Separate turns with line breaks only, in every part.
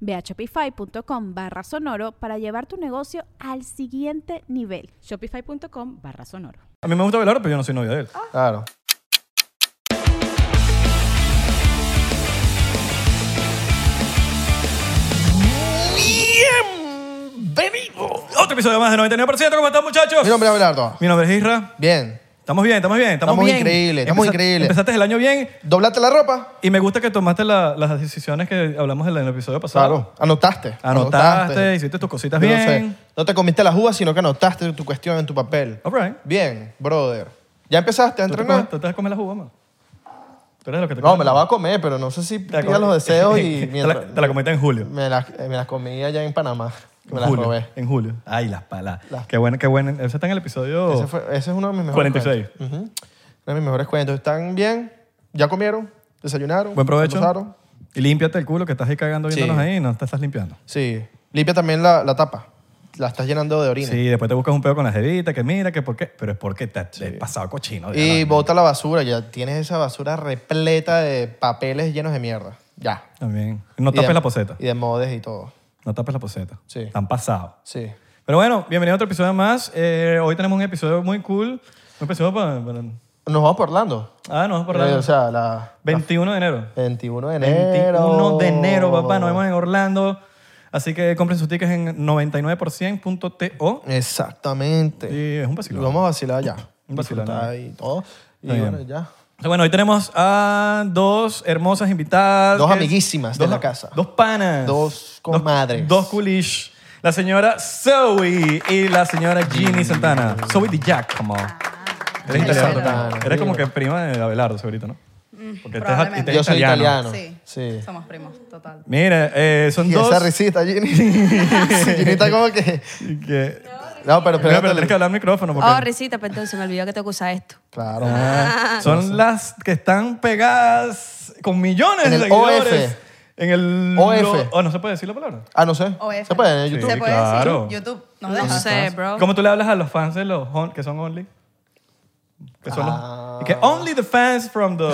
Ve a shopify.com barra sonoro para llevar tu negocio al siguiente nivel.
Shopify.com barra sonoro.
A mí me gusta Velardo, pero yo no soy novia de él.
Claro.
Bienvenido. Otro episodio más de 99%. ¿Cómo están, muchachos?
Mi nombre es Abelardo.
Mi nombre es Isra.
Bien.
Estamos bien, estamos bien. Estamos,
Estamos
bien.
increíbles, estamos increíbles.
Empezaste el año bien
¿Doblaste la ropa?
y me gusta que tomaste la- las decisiones que hablamos en el episodio pasado.
Anotaste.
Anotaste, hiciste tus cositas
Yo no sé.
bien.
No, te comiste las uvas, sino que anotaste tu cuestión en tu papel.
All right.
Bien, brother. ¿Ya empezaste a
¿Tú te, comes,
entrenar?
tú te vas a comer las uvas, man? Tú eres de los que te
No,
comes
me la voy a comer, pero no sé si
Te la
pida
com-
los deseos y
te, la,
mientras...
te la comiste en julio.
Me las eh, me las comí allá en Panamá. que
en
Me las
julio.
robé.
En julio. Ay, las palas.
Las-
Qué bueno, qué bueno. Ese está en el episodio.
Ese, fue- ese es uno de mis mejores
46.
cuentos. Ujú. Uno de mis mejores cuentos. ¿Están bien? ¿Ya comieron? ¿Desayunaron?
Buen provecho.
¿Almorzaron?
Y límpiate el culo que estás ahí cagando viéndonos
Sí.
ahí y no te estás limpiando.
Sí. Limpia también la, la tapa. La estás llenando de orina.
Sí, después te buscas un pedo con la jevita, que mira, que por qué. Pero es porque te has te has pasado cochino. ya
Y
no.
bota la basura, ya tienes esa basura repleta de papeles llenos de mierda. Ya.
También. No
Y
tapes
de-
la poseta.
Y de modes y todo.
No tapes la poseta.
Sí.
Están pasados.
Sí.
Pero bueno, bienvenido a otro episodio más. Eh, hoy tenemos un episodio muy cool. Un episodio para...
Nos vamos por Orlando.
Ah, no, por
Eh,
la-
o sea, la
21 de enero.
21 de enero.
21 de enero, papá. Nos vemos en Orlando. Así que compren sus tickets en 99%.to.
Exactamente.
Y es un
Lo
vacilón.
vamos a vacilar ya.
Un vacilón,
Disfrutar Y todo. Y
Está bien.
bueno, ya.
Bueno, hoy tenemos a dos hermosas invitadas.
Dos
que es-
amiguísimas de la casa.
Dos panas.
Dos comadres.
Dos, dos coolish. La señora Zoe y la señora Ginny Santana. Zoe de Jack, como.
Ah.
Eres
Ginny
italiana
Santana,
también. Eres como que
mira.
prima de Abelardo, segurito, ¿no? Porque este es-
Mm, probablemente.
este es
Yo soy italiano.
Sí.
Sí.
Somos primos, total.
Mira, eh, son
Y
dos.
esa risita, Ginny. Ginny está como que.
que-
No, pero
Mira, pero
espérate.
tienes que hablar al micrófono. Porque...
Oh, risita, perdón, se me olvidó que tengo que usar esto.
Claro. Ah.
Son las que están pegadas con millones
En
de
el
seguidores.
OF.
En el
OF.
lo- oh, no se puede decir la palabra.
Ah, no sé.
OF.
Se puede en
Sí.
YouTube.
¿Se puede
claro.
decir? YouTube. No,
No
deja. sé, bro.
Ah, ¿Cómo tú le hablas a los fans de los on- que son only? Que son
Ah.
los, y que only the fans from the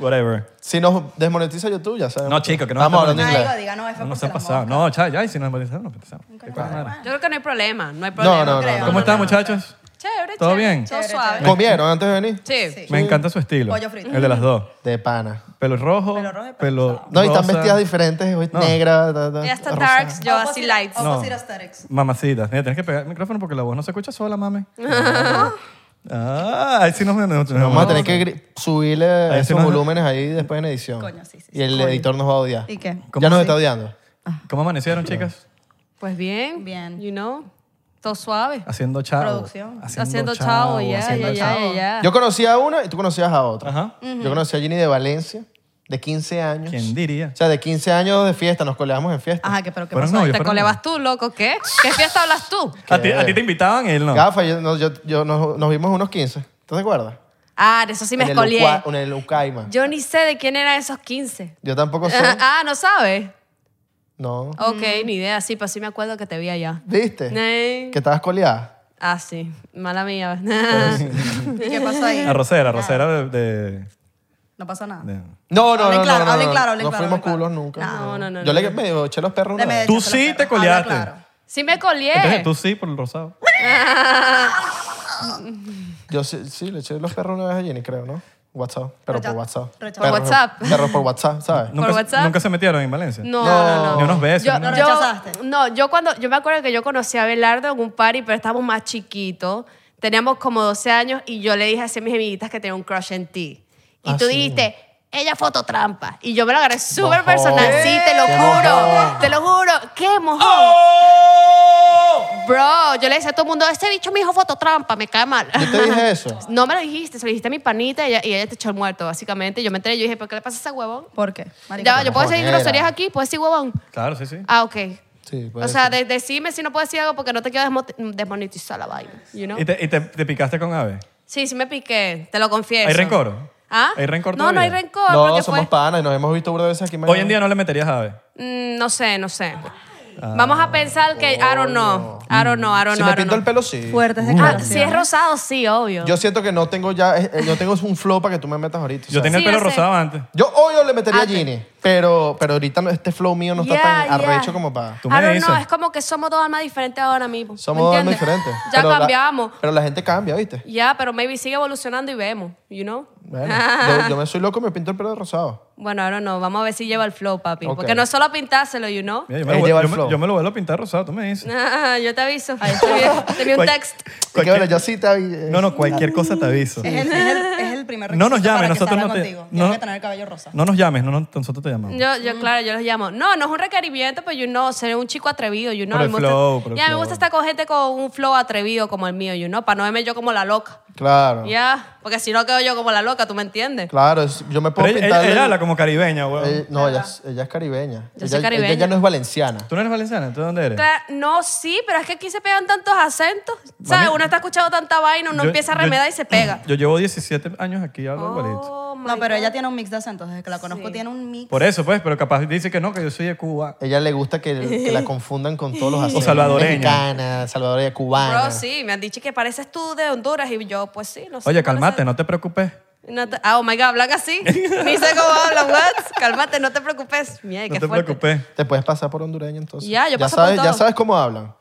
whatever.
Si nos desmonetiza YouTube, ya sabemos.
No, chico, que no
Vamos
nos
hablando
desmonetiza.
Ah,
inglés.
digo, diga, no, F
No nos
porque
ha
la
pasado.
mosca.
No, pues, ya, ya, y si nos monetizaron, nos monetizaron. Qué madre.
Yo creo que no hay problema, no hay
No,
problema.
no,
creo.
no.
¿Cómo están, muchachos?
Chévere,
¿Todo
chévere,
bien?
Todo
Chévere,
suave.
¿Comieron antes de venir?
Sí.
Me encanta su estilo.
Pollo frito.
El de las dos.
De pana.
Pelo rojo, pelo,
Pelo rojo y pelo
pelo
No, y están
rosa.
vestidas diferentes. Hoy
No.
negra. da, da,
Ella está
rosa.
darks, yo así lights.
No. Mamacita, mira, tienes que pegar el micrófono porque la voz no se escucha sola, mame. ah, ahí sí nos nos- nos-
Vamos a tener que gri- subirle
Ahí sí
esos
nos-
volúmenes ahí después en edición.
Coño, sí, sí, sí.
Y el editor nos va a odiar.
¿Y qué?
¿Cómo
Ya nos
así?
está odiando.
¿Cómo amanecieron, chicas?
Pues bien.
Bien.
You know, todo suave.
Haciendo chavo.
Producción.
Haciendo chavo, ya,
haciendo
ya,
chavo.
ya, ya.
Yo conocía a una y tú conocías a otra.
Ajá.
Yo conocí a Ginny de Valencia, de 15 años.
¿Quién diría?
O sea, de 15 años de fiesta, nos coleamos en fiesta.
Ajá, que pero qué
Fueron
No,
novios,
¿Te
fueron
colebas tú, loco? ¿Qué? ¿Qué fiesta hablas tú?
novios. ¿A ti, a ti te invitaban y él no.
Gafa, yo, no- yo- yo- nos, nos vimos unos 15. ¿Tú te acuerdas?
Ah, de eso sí me
En el
escolié.
Ucua- En el Ucaima. Yo,
Yo ni sé de quién eran esos 15.
tampoco sé.
ah, Oh. ¿no sabes?
No.
Ok,
Mm.
ni idea. Sí, pues sí me acuerdo que te vi allá.
¿Viste?
Eh.
Que estabas coleada.
Ah, sí. Mala mía.
¿Y qué pasó ahí?
Arrocera, arrocera de...
No pasó nada.
de-
No, no,
Hablen
no,
claro,
no, no,
hablen
no,
claro, hablen
no
claro,
fuimos
hablen
culos
claro.
nunca.
No, no, no,
Yo le
no.
me eché los perros una
De
vez.
Medellín
Tú
se
sí
los
te
perros.
coleaste.
Habla claro.
sí me colié.
Entonces tú sí por el rosado.
Yo sí, sí, le eché los perros una vez a Jenny, creo, ¿no? WhatsApp, pero por
Rechazo.
WhatsApp.
Rechazo.
Perros-
Por WhatsApp.
Perros por WhatsApp, ¿sabes?
Nunca,
WhatsApp?
Nunca se metieron en Valencia.
No, no, no.
Ni unos besos.
Yo,
ni nada.
¿Lo
yo-
rechazaste?
no, yo cuando, yo me acuerdo que yo conocí a Belardo en un party, pero estábamos más chiquitos. Teníamos como 12 años y yo le dije así a mis amiguitas que tenía un crush en ti. Y
Ah,
tú
sí.
dijiste, ella fototrampa. Y yo me lo agarré súper
Mojón.
personal. Sí, te lo
Qué
juro.
mojón.
Te lo juro. ¡Qué mojón! Bro, yo le decía a todo el mundo, este bicho me dijo fototrampa, me cae mal.
Yo te dije eso.
No me lo dijiste, se lo dijiste a mi panita y ella, y ella te echó el muerto, básicamente. Yo me enteré, yo dije, ¿por qué le pasa a ese huevón?
¿Por qué? Marico,
Ya, va, yo puedo decir
Cojonera.
groserías aquí, puedo decir huevón.
Claro, sí, sí.
Ah, ok.
Sí, puede
o sea,
ser.
de- decime si no puedo decir algo porque no te quiero desmo- desmonetizar la vaina. You know?
¿Y, te, y te- te picaste con Ave?
Sí, sí me piqué, te lo confieso.
¿Hay rencor?
¿Ah?
¿Hay rencor
No, no hay
todavía?
rencor.
No,
porque
somos
fue-
panas y nos hemos visto una veces aquí.
Hoy en día no le meterías a Ave.
Mm, no sé, no sé. Vamos a pensar que, I don't know, I don't know, I don't know.
Si
I
Ah, me
don't
pinto el
know.
pelo, sí.
Fuertes
Ah, si es
declaraciones.
rosado, sí, obvio.
Yo siento que no tengo ya, eh, eh, no tengo un flow para que tú me metas ahorita. o
Yo
sea,
tenía
Sí,
el pelo
yo sé.
rosado antes.
Yo obvio le metería a
Antes.
Ginny, pero, pero ahorita no- este flow mío no está
Ah, Yeah,
tan
yeah.
arrecho como para...
Tú
I
me
don't know,
dices.
es como que somos dos almas diferentes ahora mismo. ¿me
Somos dos almas
entiendes?
diferentes.
Ya
pero la-
cambiamos.
pero la gente cambia, ¿viste?
Ya, pero maybe sigue evolucionando y vemos, you know?
Bueno, yo, yo me soy loco y me pinto el pelo de rosado.
Bueno, ahora no, vamos a ver si lleva el flow, papi.
Ok.
Porque no es solo pintárselo, you know?
Mira, yo, me
Él
lo,
lleva
yo,
el
me,
flow.
yo me lo vuelvo a pintar rosado, tú me dices.
Ah, yo te aviso. te, vi, te vi un
Cual-
text.
Es que
cualquier-
bueno, yo sí te eh, avi-
No, no, cualquier cosa te aviso.
Es el, es, el, es el primer
No nos llames,
requisito para que
nosotros
salga
no te-
contigo.
no-
Tienes que tener el cabello rosa.
No nos llames, no, no, nosotros te llamamos.
Yo, yo, claro, yo los llamo. No, no es un requerimiento, pero you know, ser un chico atrevido, you know.
Por el
me gusta-
flow, por el
Ya, me
flow.
gusta estar con gente con un flow atrevido como el mío, you know, para no verme yo como la loca.
Claro,
Ya, porque si no quedo yo como la loca, ¿tú me entiendes?
claro. es- Yo me
Pero
puedo
ella,
pintar...
ella-
el-
ella habla como caribeña, weón.
el- no, ella, es- ella es caribeña.
Yo
ella,
soy
ella
caribeña.
ya no es valenciana.
¿Tú no eres valenciana? ¿Tú de dónde eres?
Cla- No, sí, pero es que aquí se pegan tantos acentos. ¿Sabes?
Mami-
Uno está escuchando tanta vaina, uno
Yo-
empieza a
yo-
remedar y se pega.
Yo llevo 17 años aquí, hablo igualito.
Oh, my
No, pero
God.
ella tiene un mix de acentos. Desde que la conozco
Sí.
tiene un mix.
Por eso, pues, pero capaz dice que no, que yo soy de Cuba.
Ella le gusta que, que la confundan con todos los acentos.
salvadoreña.
Mexicana, salvadoreña, cubana.
Bro, sí, me han dicho que pareces tú de Honduras y yo, pues sí, no sé.
Oye,
parece-
cálmate, no te preocupes.
No te- ah, oh my God, hablan así. Ni sé cómo hablan, what? Cálmate, no te preocupes. Mierda,
No
qué
te
fuerte.
preocupes.
Te puedes pasar por hondureña entonces.
Ya, yo paso por
sabes, Ya
todo.
sabes cómo hablan.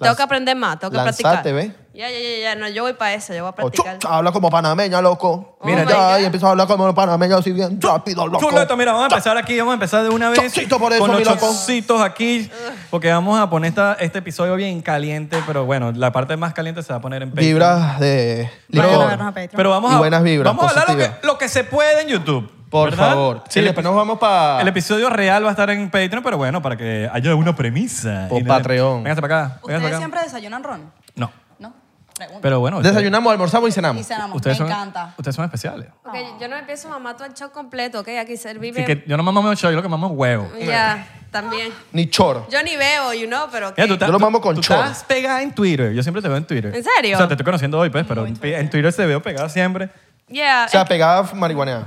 Tengo que aprender más, tengo que
Lanzate,
practicar.
ve.
Ya, ya, ya, ya, no, yo voy para eso, yo voy a
Oh,
O, chu-
practicar.
chu- habla como panameña, loco.
Oh
Mira,
my
ya,
God.
y empiezo a hablar como panameña así bien rápido, loco.
Chuleta, mira, vamos a empezar aquí, vamos a empezar de una vez.
Chocito por eso,
con los
mi loco.
chocitos aquí, porque vamos a poner esta- este episodio bien caliente, pero bueno, la parte más caliente se va a poner en Patreon.
Vibras de
Vayan a
licor.
vernos a Patreon.
Pero vamos
Y
a,
buenas vibras,
vamos a hablar lo
positivas.
que, lo que se puede en YouTube.
Por
¿verdad?
favor.
Sí,
Sí, después nos vamos para...
El episodio real va a estar en Patreon, pero bueno, para que haya una premisa.
Por
Y-
Patreon.
Vénganse para acá. vénganse para
¿Ustedes
acá.
siempre desayunan ron?
No.
¿No? Pregunta.
Pero bueno. ustedes-
Desayunamos, almorzamos y cenamos.
y cenamos.
Ustedes son,
me encanta.
Ustedes son especiales.
Ok, yo no empiezo a mamar todo el show completo, ok, aquí servirme.
Así que yo no mamo mucho, yo lo que mamo es huevo.
Ya, también.
Ni choro.
Yo ni veo, you know, pero. ok.
Mira, tú estás-
Yo lo
tú-
mamo con
tú
chor.
estás pegada en Twitter. Yo siempre te veo en Twitter.
¿En serio?
O sea, te estoy conociendo hoy, pues, pero en, en Twitter te veo pegada siempre.
Yeah,
O sea, pegada marihuanea.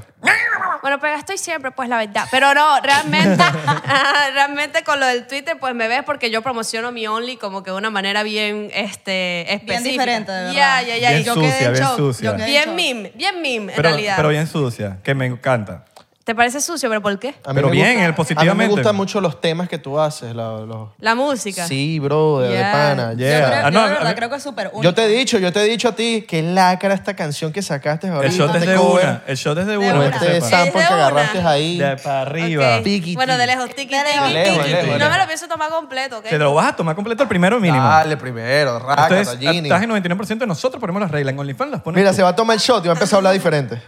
Bueno, pero estoy siempre, pues la verdad. Pero no, realmente, ah, realmente con lo del Twitter, pues me ves porque yo promociono mi Only como que de una manera bien este, específica.
diferente, de
Ya,
verdad.
ya, ya.
Bien
Y yo
sucia,
quedé en
bien
shock.
sucia.
Yo quedé en Bien shock. meme, bien meme, en
Pero,
realidad.
pero bien sucia, que me encanta.
¿Te parece sucio, pero por qué?
A mí
Pero
me
bien,
gusta-
el
A mí me
positivamente.
gustan mucho los temas que tú haces. la- los-
La música.
Sí, bro, de, de
Yeah.
Yeah.
pana.
Yo,
yeah.
creo,
Ah, no,
yo de
a
verdad
mí-
creo que es súper único.
Yo te he dicho, yo te he dicho a ti, qué lácara esta canción que sacaste ahorita.
El shot es
este
de
cover,
una. El shot es de
Con
una.
una.
para que
este
sepa.
Sí,
sample
de
que
una.
agarraste ahí.
De para arriba.
Ok.
Piqui,
Bueno, de
tiqui.
lejos, tiki,
De
tiki,
lejos,
de lejos,
tiki.
de lejos.
No me lo pienso tomar completo, ¿ok?
Te lo vas a tomar completo el primero mínimo.
Dale primero, rácata,
Entonces,
Ginny.
estás en 99% de nosotros ponemos las reglas. En OnlyFans las pones
Mira,
tú.
se va a tomar el shot y va a empezar a hablar diferente.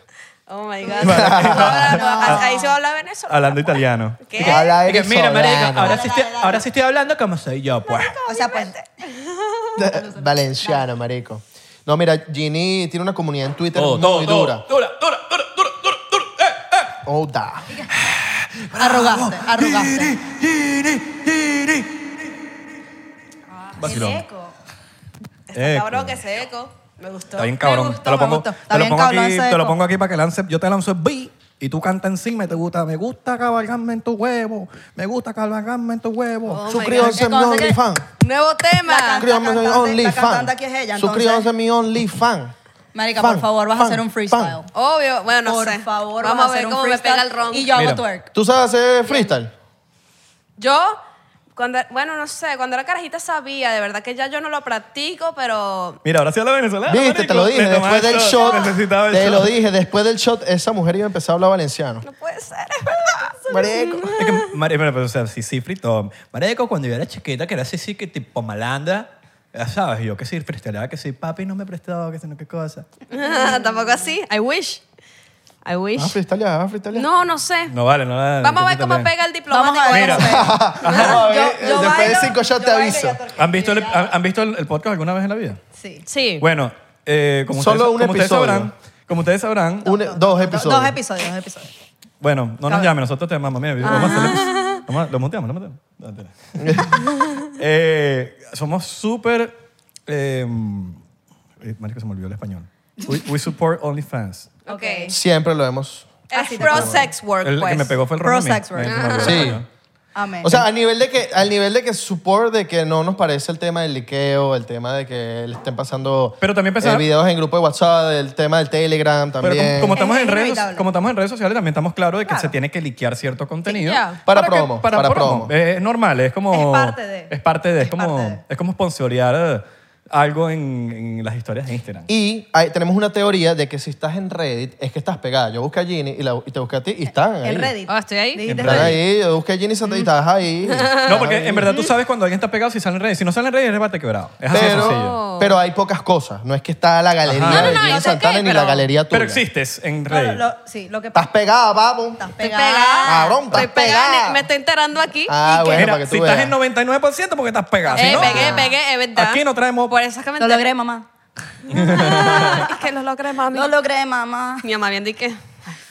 Oh my God. Ahí se va a hablar venezolano.
Hablando italiano.
¿Qué?
Y
Habla
y
eres
mira, marica,
solano.
ahora sí, estoy, ahora sí estoy hablando como soy yo, pues.
O sea, pues,
Valenciano, marico. No, mira, Ginny tiene una comunidad en Twitter
Todo,
muy
todo,
dura.
todo, Dura, dura, dura, dura, dura, dura. Eh, eh.
Oh, da.
arrugaste, arrugaste.
Vacilón.
Está
Ah, Eco.
cabrón que seco. Me gustó.
Está bien cabrón.
Me gustó,
te lo
me
pongo,
gustó.
te
Está
lo
bien
pongo
cabrón
aquí,
ese
te lo
eco.
pongo aquí para que lance, yo te lanzo el beat y tú canta encima y te gusta, me gusta cabalgarme en tu huevo, me gusta cabalgarme en tu huevo.
Oh my
Suscríbanse a mi
God. Entonces,
OnlyFans.
Nuevo tema.
La can-
Suscríbanse a mi
cantante- la
OnlyFans.
cantante aquí es ella, entonces.
Suscríbanse a mi OnlyFans.
Marica,
Fan,
por favor, vas
fan,
a hacer un freestyle.
Obvio, bueno, no
por
sé.
favor,
Vamos
vas
a
a
ver
hacer un
cómo me
freestyle.
pega el ron.
Y yo
Mira.
hago twerk.
¿Tú sabes hacer freestyle?
Yo, cuando, bueno, no sé, cuando era carajita sabía, de verdad que ya yo no lo practico, pero
Mira, ahora sí habla venezolana.
Viste, te lo dije. Después del shot,
Necesitaba el
te
shot.
lo dije. Después del shot, esa mujer iba a empezar a hablar valenciano.
no puede ser, es verdad.
Marico.
Es pues, que, Mari- pero, pero, o sea, sí, sí, frito. Marico, cuando yo era chiquita, que era así, sí, que tipo malanda, eh, ¿sabes? Yo que sí, freestaleaba que sí, papi no me prestó, que sé no qué cosa.
Tampoco así. I wish. I
¿Vas a
wish.
freestylear? ¿Vas a freestylear?
No, no sé.
Ah, pues, No vale, no vale.
Vamos a ver
tú
cómo
también.
pega el diplomático.
Vamos a ver.
ese.
Mira.
Ajá, a ver,
Yo- yo
eh, después
bailo-
de cinco shots te
yo bailo y
aviso.
¿Han visto, el, han, han visto el, el podcast alguna vez en la vida?
Sí.
Sí.
Bueno, eh, como, ustedes,
Solo un
como ustedes
episodio.
sabrán, como ustedes sabrán,
Un- dos episodios.
Dos episodios, dos episodios.
bueno, no nos llamen, nosotros te amamos. Mira, vamos a hacerle-
Ah.
vamos a- lo monteamos, lo monteamos. No, mentira. Eh, somos súper... Eh, eh, marico, se me olvidó el español. We, we support OnlyFans.
Ok.
Siempre lo hemos.
Ah,
Es pro sex work,
El que
pues.
me pegó fue el
Pro
Ron a mí.
sex work. Ah.
Ahí se me olvidó el
Sí.
español.
Amén.
O sea, al nivel de que, al nivel de que support de que no nos parece el tema del liqueo, el tema de que le estén pasando
Pero también pensaba-
eh, videos en grupo de WhatsApp, del tema del Telegram
Pero
también.
como, como estamos
Es
en redes,
inevitable.
como estamos en redes sociales, también estamos claros de que
Claro.
se tiene que liquear cierto contenido.
ya.
Para
que-
promo, para promo.
Eh, Es normal, es como...
Es parte de.
Es parte de, es
Es
como,
parte de.
es como sponsorear eh, algo en, en las historias de Instagram.
Y hay- tenemos una teoría de que si estás en Reddit es que estás pegada. Yo busqué a Ginny y, la- y te busqué a ti y están ahí.
el Reddit.
Ah, ¿estoy ahí?
Dijiste
En
Están
Reddit.
ahí, yo busqué a Ginny y estás ahí.
no, porque en verdad tú sabes cuando alguien está pegado si sale en redes. Si no sale en redes, es bate quebrado. Es así de sencillo.
Pero, pero hay pocas cosas. No es que está la galería
Ajá. No, no,
de
no,
Ginny
it's
Santana
okay,
ni la
pero-
galería tuya.
Pero existes en
Claro,
redes.
lo- sí, lo que
Estás
pasa.
pegada, papo.
Estás
Estoy
pegada.
pegada.
Cabrón, estás
Estoy pegada.
pegada.
Me estoy enterando aquí.
Ah,
¿Y qué?
bueno,
Mira,
para que tú
si estás
veas.
en 99% porque estás pegado. Si
Eh,
no,
pegué, pegué, es verdad.
Aquí no traemos...
Por eso es que me
Lo
enteré.
logré, mamá.
Es que los logré, mami.
Lo logré, mamá.
Mi mamá bien dije,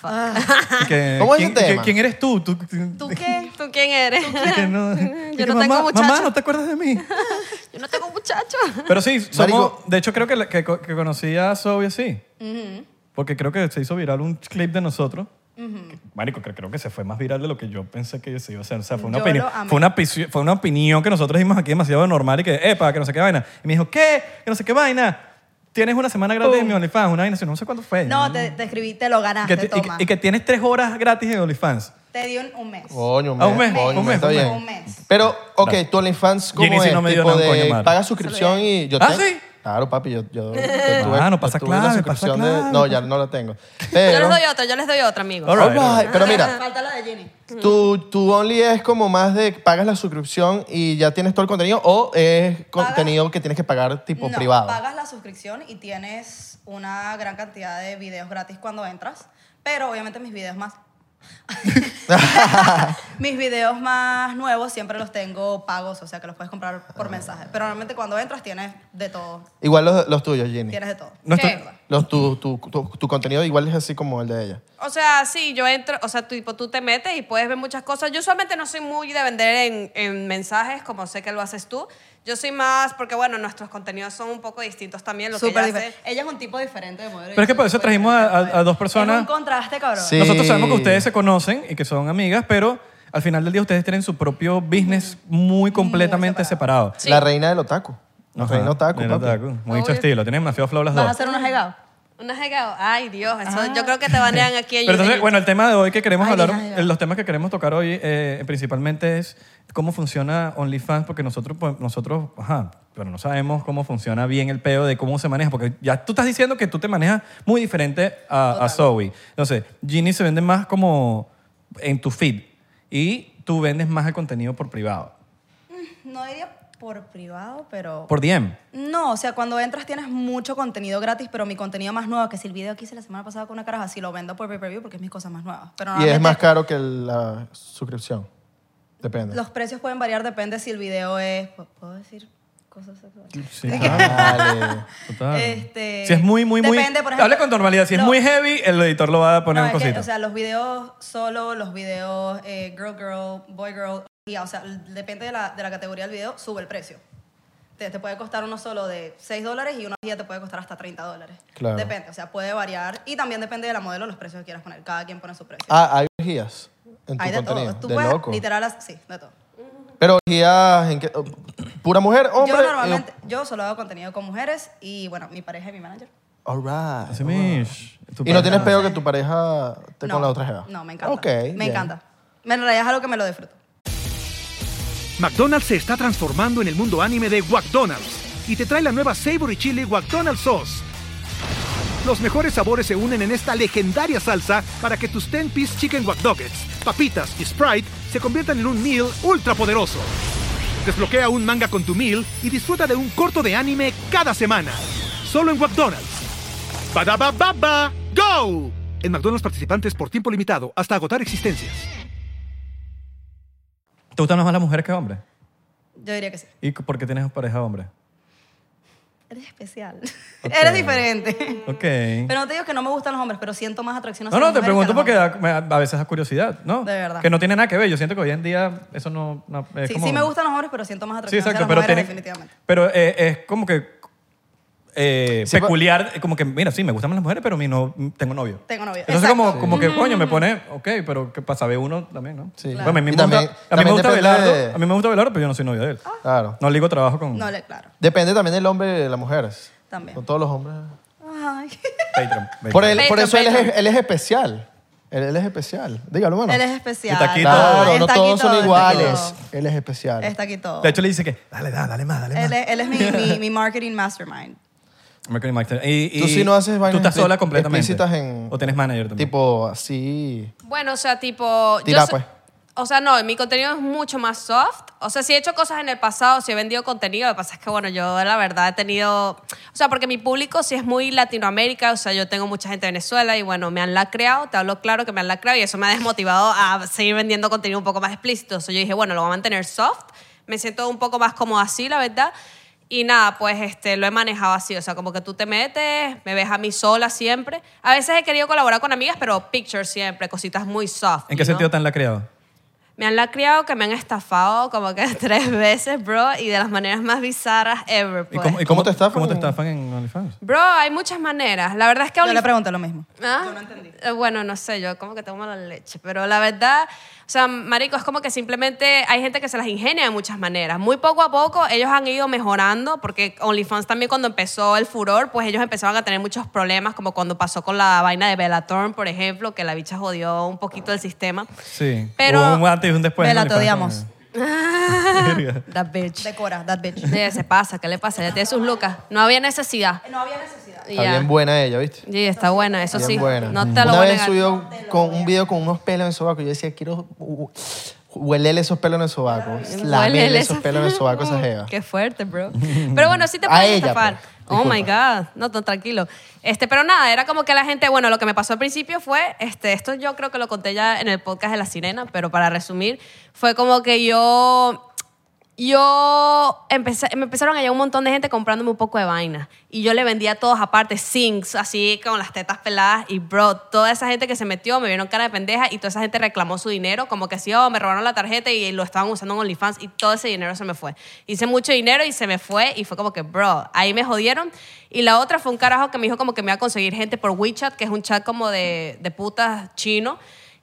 Y que-
¿Cómo es
¿quién,
el tema?
que- ¿Quién eres tú? ¿Tú,
¿Tú qué?
¿tú quién eres?
Y que no- y que
no tengo
mamá,
muchacho".
mamá, ¿no te acuerdas de mí?
Yo no tengo muchacho.
Pero sí, somos,
Marico.
de hecho creo que, la- que, co- que conocí a Zoe así. Porque creo que se hizo viral un clip de nosotros. Marico, creo, creo que se fue más viral de lo que yo pensé que se iba a hacer. O sea, fue una,
Yo
opinión,
lo amé.
fue una, pisi- fue una opinión que nosotros dimos aquí demasiado normal y que, epa, que no sé qué vaina. Y me dijo, ¿qué? Que no sé qué vaina. Tienes una semana gratis en mi OnlyFans, una vaina, así, no sé cuánto fue.
No, te, te escribí, te
Y
lo
que,
ganaste,
ti- y,
toma.
que- y que tienes tres horas gratis en OnlyFans.
Te di un, un mes.
Coño,
Ah, un mes,
coño,
un mes,
está
un
bien.
mes. Un mes.
Pero, ok, tú OnlyFans, ¿cómo
Ginny sí
es?
no me dio
tipo
nada, un coño,
de,
madre.
pagas suscripción y yo
¿Ah,
tengo-
sí?
Claro, papi, yo, yo, yo
Ah, no, pasa
yo tuve la
clave,
suscripción
pasa
de-
clave.
No, ya no la tengo.
Yo
Pero,
les doy otra, yo les doy otra, amigo.
All right, all
Alright, pero mira,
Falta la de Jenny.
tu, tu Only es como más de pagas la suscripción y ya tienes todo el contenido o es contenido que tienes que pagar tipo
no,
privado.
pagas la suscripción y tienes una gran cantidad de videos gratis cuando entras, pero obviamente mis videos más mis videos más nuevos siempre los tengo pagos, o sea que los puedes comprar por mensaje, pero normalmente cuando entras tienes de todo,
Igual los, los tuyos, Ginny.
tienes de todo.
No estoy-
¿Qué?
Los, tu, tu, tu, tu contenido igual es así como el de ella.
O sea, sí, yo entro, o sea, tú, tipo, tú te metes y puedes ver muchas cosas. Yo usualmente no soy muy de vender en, en mensajes, como sé que lo haces tú. Yo soy más, porque bueno, nuestros contenidos son un poco distintos también, lo que ella
Súper
hace.
diferente. Ella es un tipo diferente de modelo.
Pero es que por eso trajimos a- a- a dos personas-
Es un contraste, cabrón.
Sí.
Nosotros sabemos que ustedes se conocen y que son amigas, pero al final del día ustedes tienen su propio business muy completamente separado.
Sí.
La reina del otaku. La
Ajá,
reina otaku,
reina
papi.
otaku. Mucho
Obvio.
estilo. Tienen demasiado flow las
¿Vas a
dos.
hacer una jegao?
Una jegao. Ay, Dios, eso, yo creo que te banean aquí en
Pero entonces,
YouTube.
bueno, el tema de hoy que queremos
Ay,
hablar,
ay, ay.
eh, los temas que queremos tocar hoy eh, principalmente es cómo funciona OnlyFans, porque nosotros, pues, nosotros, ajá, pero no sabemos cómo funciona bien el peo de cómo se maneja, porque ya tú estás diciendo que tú te manejas muy diferente a, a Zoe. Entonces, Ginny se vende más como en tu feed y tú vendes más el contenido por privado,
No diría por privado, pero
por DM.
No, o sea, cuando entras tienes mucho contenido gratis, pero mi contenido más nuevo, que si el video que hice la semana pasada con una caraja, si lo vendo por pay-per-view porque es mis cosas más nuevas.
Y
Pero
es
normalmente
más caro que la suscripción. Depende.
Los precios pueden variar, depende si el video es... ¿Pu- ¿Puedo decir cosas sexuales?
Sí,
Ah, Vale.
Total.
Este,
si es muy, muy, muy.
depende, por
Habla
ejemplo,
con normalidad. Si es
no.
muy heavy, el editor lo va a poner
No,
en
es que,
cosita.
o sea, los videos solo, los videos eh, girl girl, boy girl, y, o sea, l- depende de la, de la categoría del video, sube el precio. Te, te puede costar uno solo de 6 dólares y uno día te puede costar hasta 30 dólares.
Claro.
Depende, o sea, puede variar y también depende de la modelo los precios que quieras poner. Cada quien pone su precio.
Ah, hay orgías en tu
Hay de
contenido.
todo. Tú
de
puedes,
loco.
literal, as- sí, de todo.
Pero orgías en que. oh, ¿Pura mujer? ¿Hombre? eh,
yo normalmente, yo solo hago contenido con mujeres y, bueno, mi pareja y mi manager.
All right.
Así, mish, tu
¿Y no
pareja.
tienes peor que tu pareja esté con la otra jeva?
No, me encanta.
Ok.
me
bien.
encanta. Me en realidad es algo que me lo disfruto.
McDonald's se está transformando en el mundo anime de McDonald's y te trae la nueva Savory Chili McDonald's Sauce. Los mejores sabores se unen en esta legendaria salsa para que tus 10-piece chicken Wack Doggets, papitas y Sprite se conviertan en un meal ultra poderoso. Desbloquea un manga con tu meal y disfruta de un corto de anime cada semana. Solo en McDonald's. ba ¡Go! En McDonald's participantes por tiempo limitado hasta agotar existencias.
¿Te gustan más las mujeres que hombres?
Yo diría que sí.
¿Y por qué tienes pareja hombre?
Eres especial.
Ok.
Eres diferente.
Ok.
Mm. Pero no te digo que no me gustan los hombres, pero siento más atracción hacia
no, no,
las
te
mujeres que
pregunto
a las
porque
hombres.
da- me- a, veces da curiosidad, ¿no?
De verdad.
Que no tiene nada que ver. Yo siento que hoy en día eso no... no- es
Sí,
como-
sí me gustan los hombres, pero siento más
Sí,
atracción hacia
exacto,
las
pero
mujeres
tiene-
definitivamente.
Pero eh, es como que eh,
Sí, pues
peculiar, eh, como que, mira, sí, me gustan más las mujeres, pero mi no, tengo novio.
Tengo novio.
Entonces
Exacto. Mm.
como, como que, coño, me pone, ok, pero ¿qué pasa? Ve uno también, ¿no?
Sí.
Bueno, a mí me
Y también-
gusta, a mí me
también
gusta
depende
Belardo,
de- Ah.
a mí me gusta Belardo, pero yo no soy novio de él.
Claro.
No ligo trabajo con
No, le- claro.
Depende también del hombre y de las mujeres.
También.
No todos los hombres.
Ay.
Patreon.
Por, él- por
Patreon,
eso él es,
Patreon.
él es especial. Él, él es especial. Dígalo, mano.
Él es especial.
Está aquí todo.
Claro,
Ay,
no
está aquí
todos
todo,
son
está
iguales.
aquí
Él es
todo.
especial.
Está aquí todo.
De hecho, le dice que, dale, dale, dale más, dale más.
Él es, él es mi, mi, mi marketing mastermind.
Mercury Max. Y, y
Tú sí no haces
Tú
vainas
estás
expli-
sola completamente.
explícitas en-
O tienes manager también.
Tipo así.
Bueno, o sea, tipo... yo
Tira,
so-
pues.
O sea, no, mi contenido es mucho más soft. O sea, sí he hecho cosas en el pasado, sí he vendido contenido. Lo que pasa es que, bueno, yo la verdad he tenido... O sea, porque mi público sí es muy Latinoamérica. O sea, yo tengo mucha gente de Venezuela y, bueno, me han lacreado. Te hablo claro que me han lacreado y eso me ha desmotivado a seguir vendiendo contenido un poco más explícito. O sea, yo dije, bueno, lo voy a mantener soft. Me siento un poco más como así, la verdad. Y nada, pues este, lo he manejado así, o sea, como que tú te metes, me ves a mí sola siempre. A veces he querido colaborar con amigas, pero pictures siempre, cositas muy soft.
¿En qué
¿no?
sentido te han lacreado?
Me han lacriado que me han estafado como que tres veces, bro, y de las maneras más bizarras ever.
¿Y
Pues.
cómo, y
¿Cómo te estafan?
¿Cómo te estafan en OnlyFans?
Bro, hay muchas maneras. La verdad es que
Yo le
Onlyf-
pregunto lo mismo.
¿Ah? Eh, Bueno, no sé, yo como que tomo la leche, pero la verdad, o sea, marico, es como que simplemente hay gente que se las ingenia de muchas maneras. Muy poco a poco ellos han ido mejorando, porque OnlyFans también cuando empezó el furor, pues ellos empezaban a tener muchos problemas, como cuando pasó con la vaina de Bellatorn, por ejemplo, que la bicha jodió un poquito el sistema.
Sí.
Pero-
Hubo un antes y un después. en
Vela, te
OnlyFans. Verga.
That bitch.
Decora, that bitch.
Eh, se pasa, ¿qué le pasa? Ya tiene sus lucas. No había necesidad.
No había necesidad.
Y
Está
ya.
bien buena ella, ¿viste?
Sí, está buena, eso
Bien
sí.
buena.
No te lo
Una
voy a
vez
negar.
subió con un video con unos pelos en el sobaco. Yo decía, quiero hu- hu- huelele esos pelos en el sobaco. Lamele
Huélele
esos
esa-
pelos en el sobaco, esa jeva.
Qué fuerte, bro. Pero bueno, sí te
A
puedes
ella,
estafar.
pues.
Oh my God. No, no, tranquilo. Este, pero nada, era como que la gente, bueno, lo que me pasó al principio fue, este, esto yo creo que lo conté ya en el podcast de La Sirena, pero para resumir, fue como que yo yo empecé, me empezaron a llegar un montón de gente comprándome un poco de vaina. Y yo le vendía a todos aparte, sinks, así con las tetas peladas. Y bro, toda esa gente que se metió me vieron cara de pendeja y toda esa gente reclamó su dinero, como que sí, oh, me robaron la tarjeta y lo estaban usando en OnlyFans y todo ese dinero se me fue. Hice mucho dinero y se me fue y fue como que, bro, ahí me jodieron. Y la otra fue un carajo que me dijo como que me iba a conseguir gente por WeChat, que es un chat como de, de putas chino.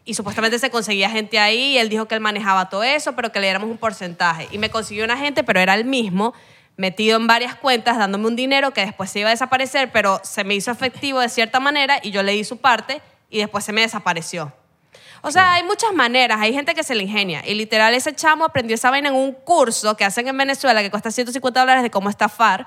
Y supuestamente se conseguía gente ahí y él dijo que él manejaba todo eso, pero que le diéramos un porcentaje. Y me consiguió una gente, pero era el mismo, metido en varias cuentas, dándome un dinero que después se iba a desaparecer, pero se me hizo efectivo de cierta manera y yo le di su parte y después se me desapareció. O sea, hay muchas maneras, hay gente que se le ingenia. Y literal, ese chamo aprendió esa vaina en un curso que hacen en Venezuela que cuesta 150 dólares de cómo estafar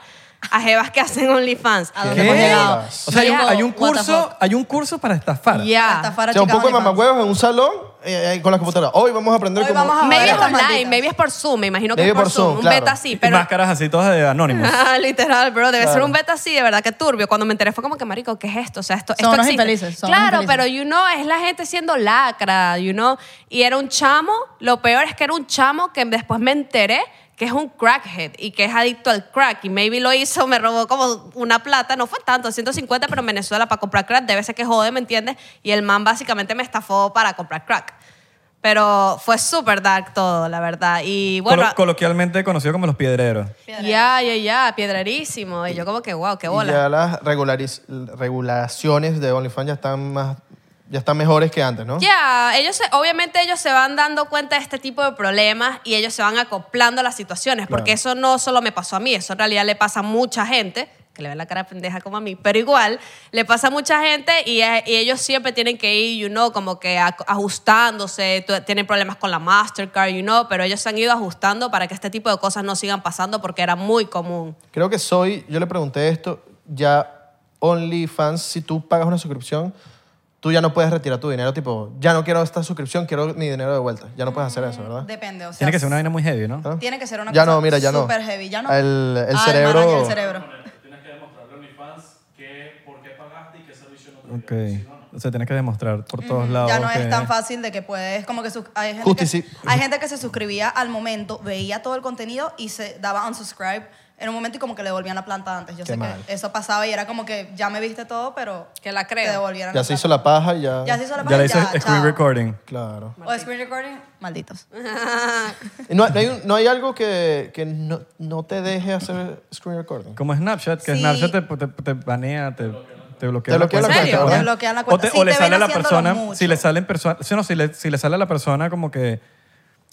a jevas que hacen OnlyFans. ¿A dónde
¿Qué?
hemos llegado?
Sí.
O sea, hay un,
Yeah.
hay un
What the
curso,
fuck.
hay un curso para estafar.
Yeah.
Estafar a
O sea, un
chicas
poco de
OnlyFans.
mamacuevos en un salón eh, eh, con la computadora. Hoy vamos a aprender
Hoy
cómo...
vamos a-
Maybe es
estas
online,
malditas.
maybe es por Zoom, me imagino que
Maybe
es por
por
Zoom,
Zoom,
un
claro.
beta así,
Y
pero
máscaras así todas de anónimos.
Ah, literal, bro, debe ser
Claro.
un beta así, de verdad que turbio. Cuando me enteré fue como que marico, ¿qué es esto? O sea, esto,
Son
esto
unos
existe.
infelices, son
claro,
unos
pero
infelices.
you know, es la gente siendo lacra, you know, y era un chamo, lo peor es que era un chamo que después me enteré que es un crackhead y que es adicto al crack y maybe lo hizo, me robó como una plata, no fue tanto, 150, pero en Venezuela para comprar crack debe ser que jode, ¿me entiendes? Y el man básicamente me estafó para comprar crack. Pero fue súper dark todo, la verdad. Y bueno,
Colo- coloquialmente conocido como los piedreros.
ya, ya, ya, piedrarísimo. Y yo como que, wow, qué
Y ya
bola.
las regulariz- regulaciones de OnlyFans ya están más... Ya están mejores que antes, ¿no?
Ya, ellos se- obviamente ellos se van dando cuenta de este tipo de problemas y ellos se van acoplando a las situaciones, porque eso no solo me pasó a mí, eso en realidad le pasa a mucha gente, que le ve la cara de pendeja como a mí, pero igual le pasa a mucha gente y, eh, y ellos siempre tienen que ir, you know, como que a- ajustándose, tu- tienen problemas con la Mastercard, you know, pero ellos se han ido ajustando para que este tipo de cosas no sigan pasando porque era muy común.
Creo que soy, yo le pregunté esto, ya OnlyFans, si tú pagas una suscripción, tú ya no puedes retirar tu dinero, tipo, ya no quiero esta suscripción, quiero mi dinero de vuelta. Ya no puedes hacer
Mm,
eso, ¿verdad?
Depende, o sea.
Tiene que ser una vaina muy heavy, ¿no?
¿Ah?
tiene que ser una
ya
cosa
no, mira, ya no.
super heavy, ya no.
El, el
Ah,
cerebro.
manager, el cerebro.
Ok. O sea, tienes que demostrar por todos
Ah,
lados.
Ya no
que-
es tan fácil de que puedes, como que sus- hay gente
Justici-
que, hay gente que se suscribía al momento, veía todo el contenido y se daba unsubscribe en un momento y como que le devolvían la planta antes. Yo
Qué
sé
mal.
que eso pasaba y era como que ya me viste todo, pero
Que la
te
creo.
devolvieron.
Ya se hizo la paja y ya.
Ya se hizo la
Ya le
página.
hice screen
chao.
recording.
Claro.
O screen recording, malditos.
Y No, no hay, un- no hay algo que, que no, no te deje hacer screen recording.
Como Snapchat, que
Sí.
Snapchat te, te, te banea, te, te bloquea
Te bloquea la cuenta, ¿verdad?
Te bloquea la cuenta.
O, te-
Si
o le
te
sale a
ven
la
haciéndolo
persona,
mucho.
si le sale en persona, sí, no, si le, si le sale a la persona como que...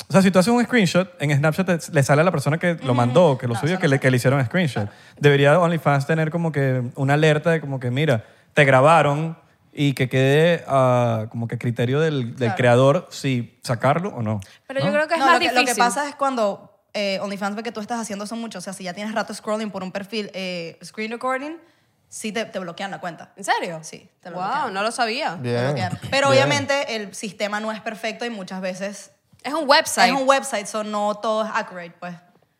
O sea, si tú haces un screenshot, en Snapchat te- le sale a la persona que lo mandó, que lo subió, que, le, que le hicieron screenshot. Debería OnlyFans tener como que una alerta de como que, mira, te grabaron y que quede ah, como que criterio del, del creador si sacarlo o no.
Pero yo creo que es
No,
más
lo, que, lo
difícil.
que pasa es cuando eh, OnlyFans ve que tú estás haciendo eso mucho. O sea, si ya tienes rato scrolling por un perfil eh, screen recording, sí te, te bloquean la cuenta.
¿En serio?
Sí, te lo
Wow,
bloquean.
no lo sabía.
Te
Bien.
bloquean. Pero
bien.
obviamente el sistema no es perfecto y muchas veces
Es un website.
es un website, so no todo es accurate, pues.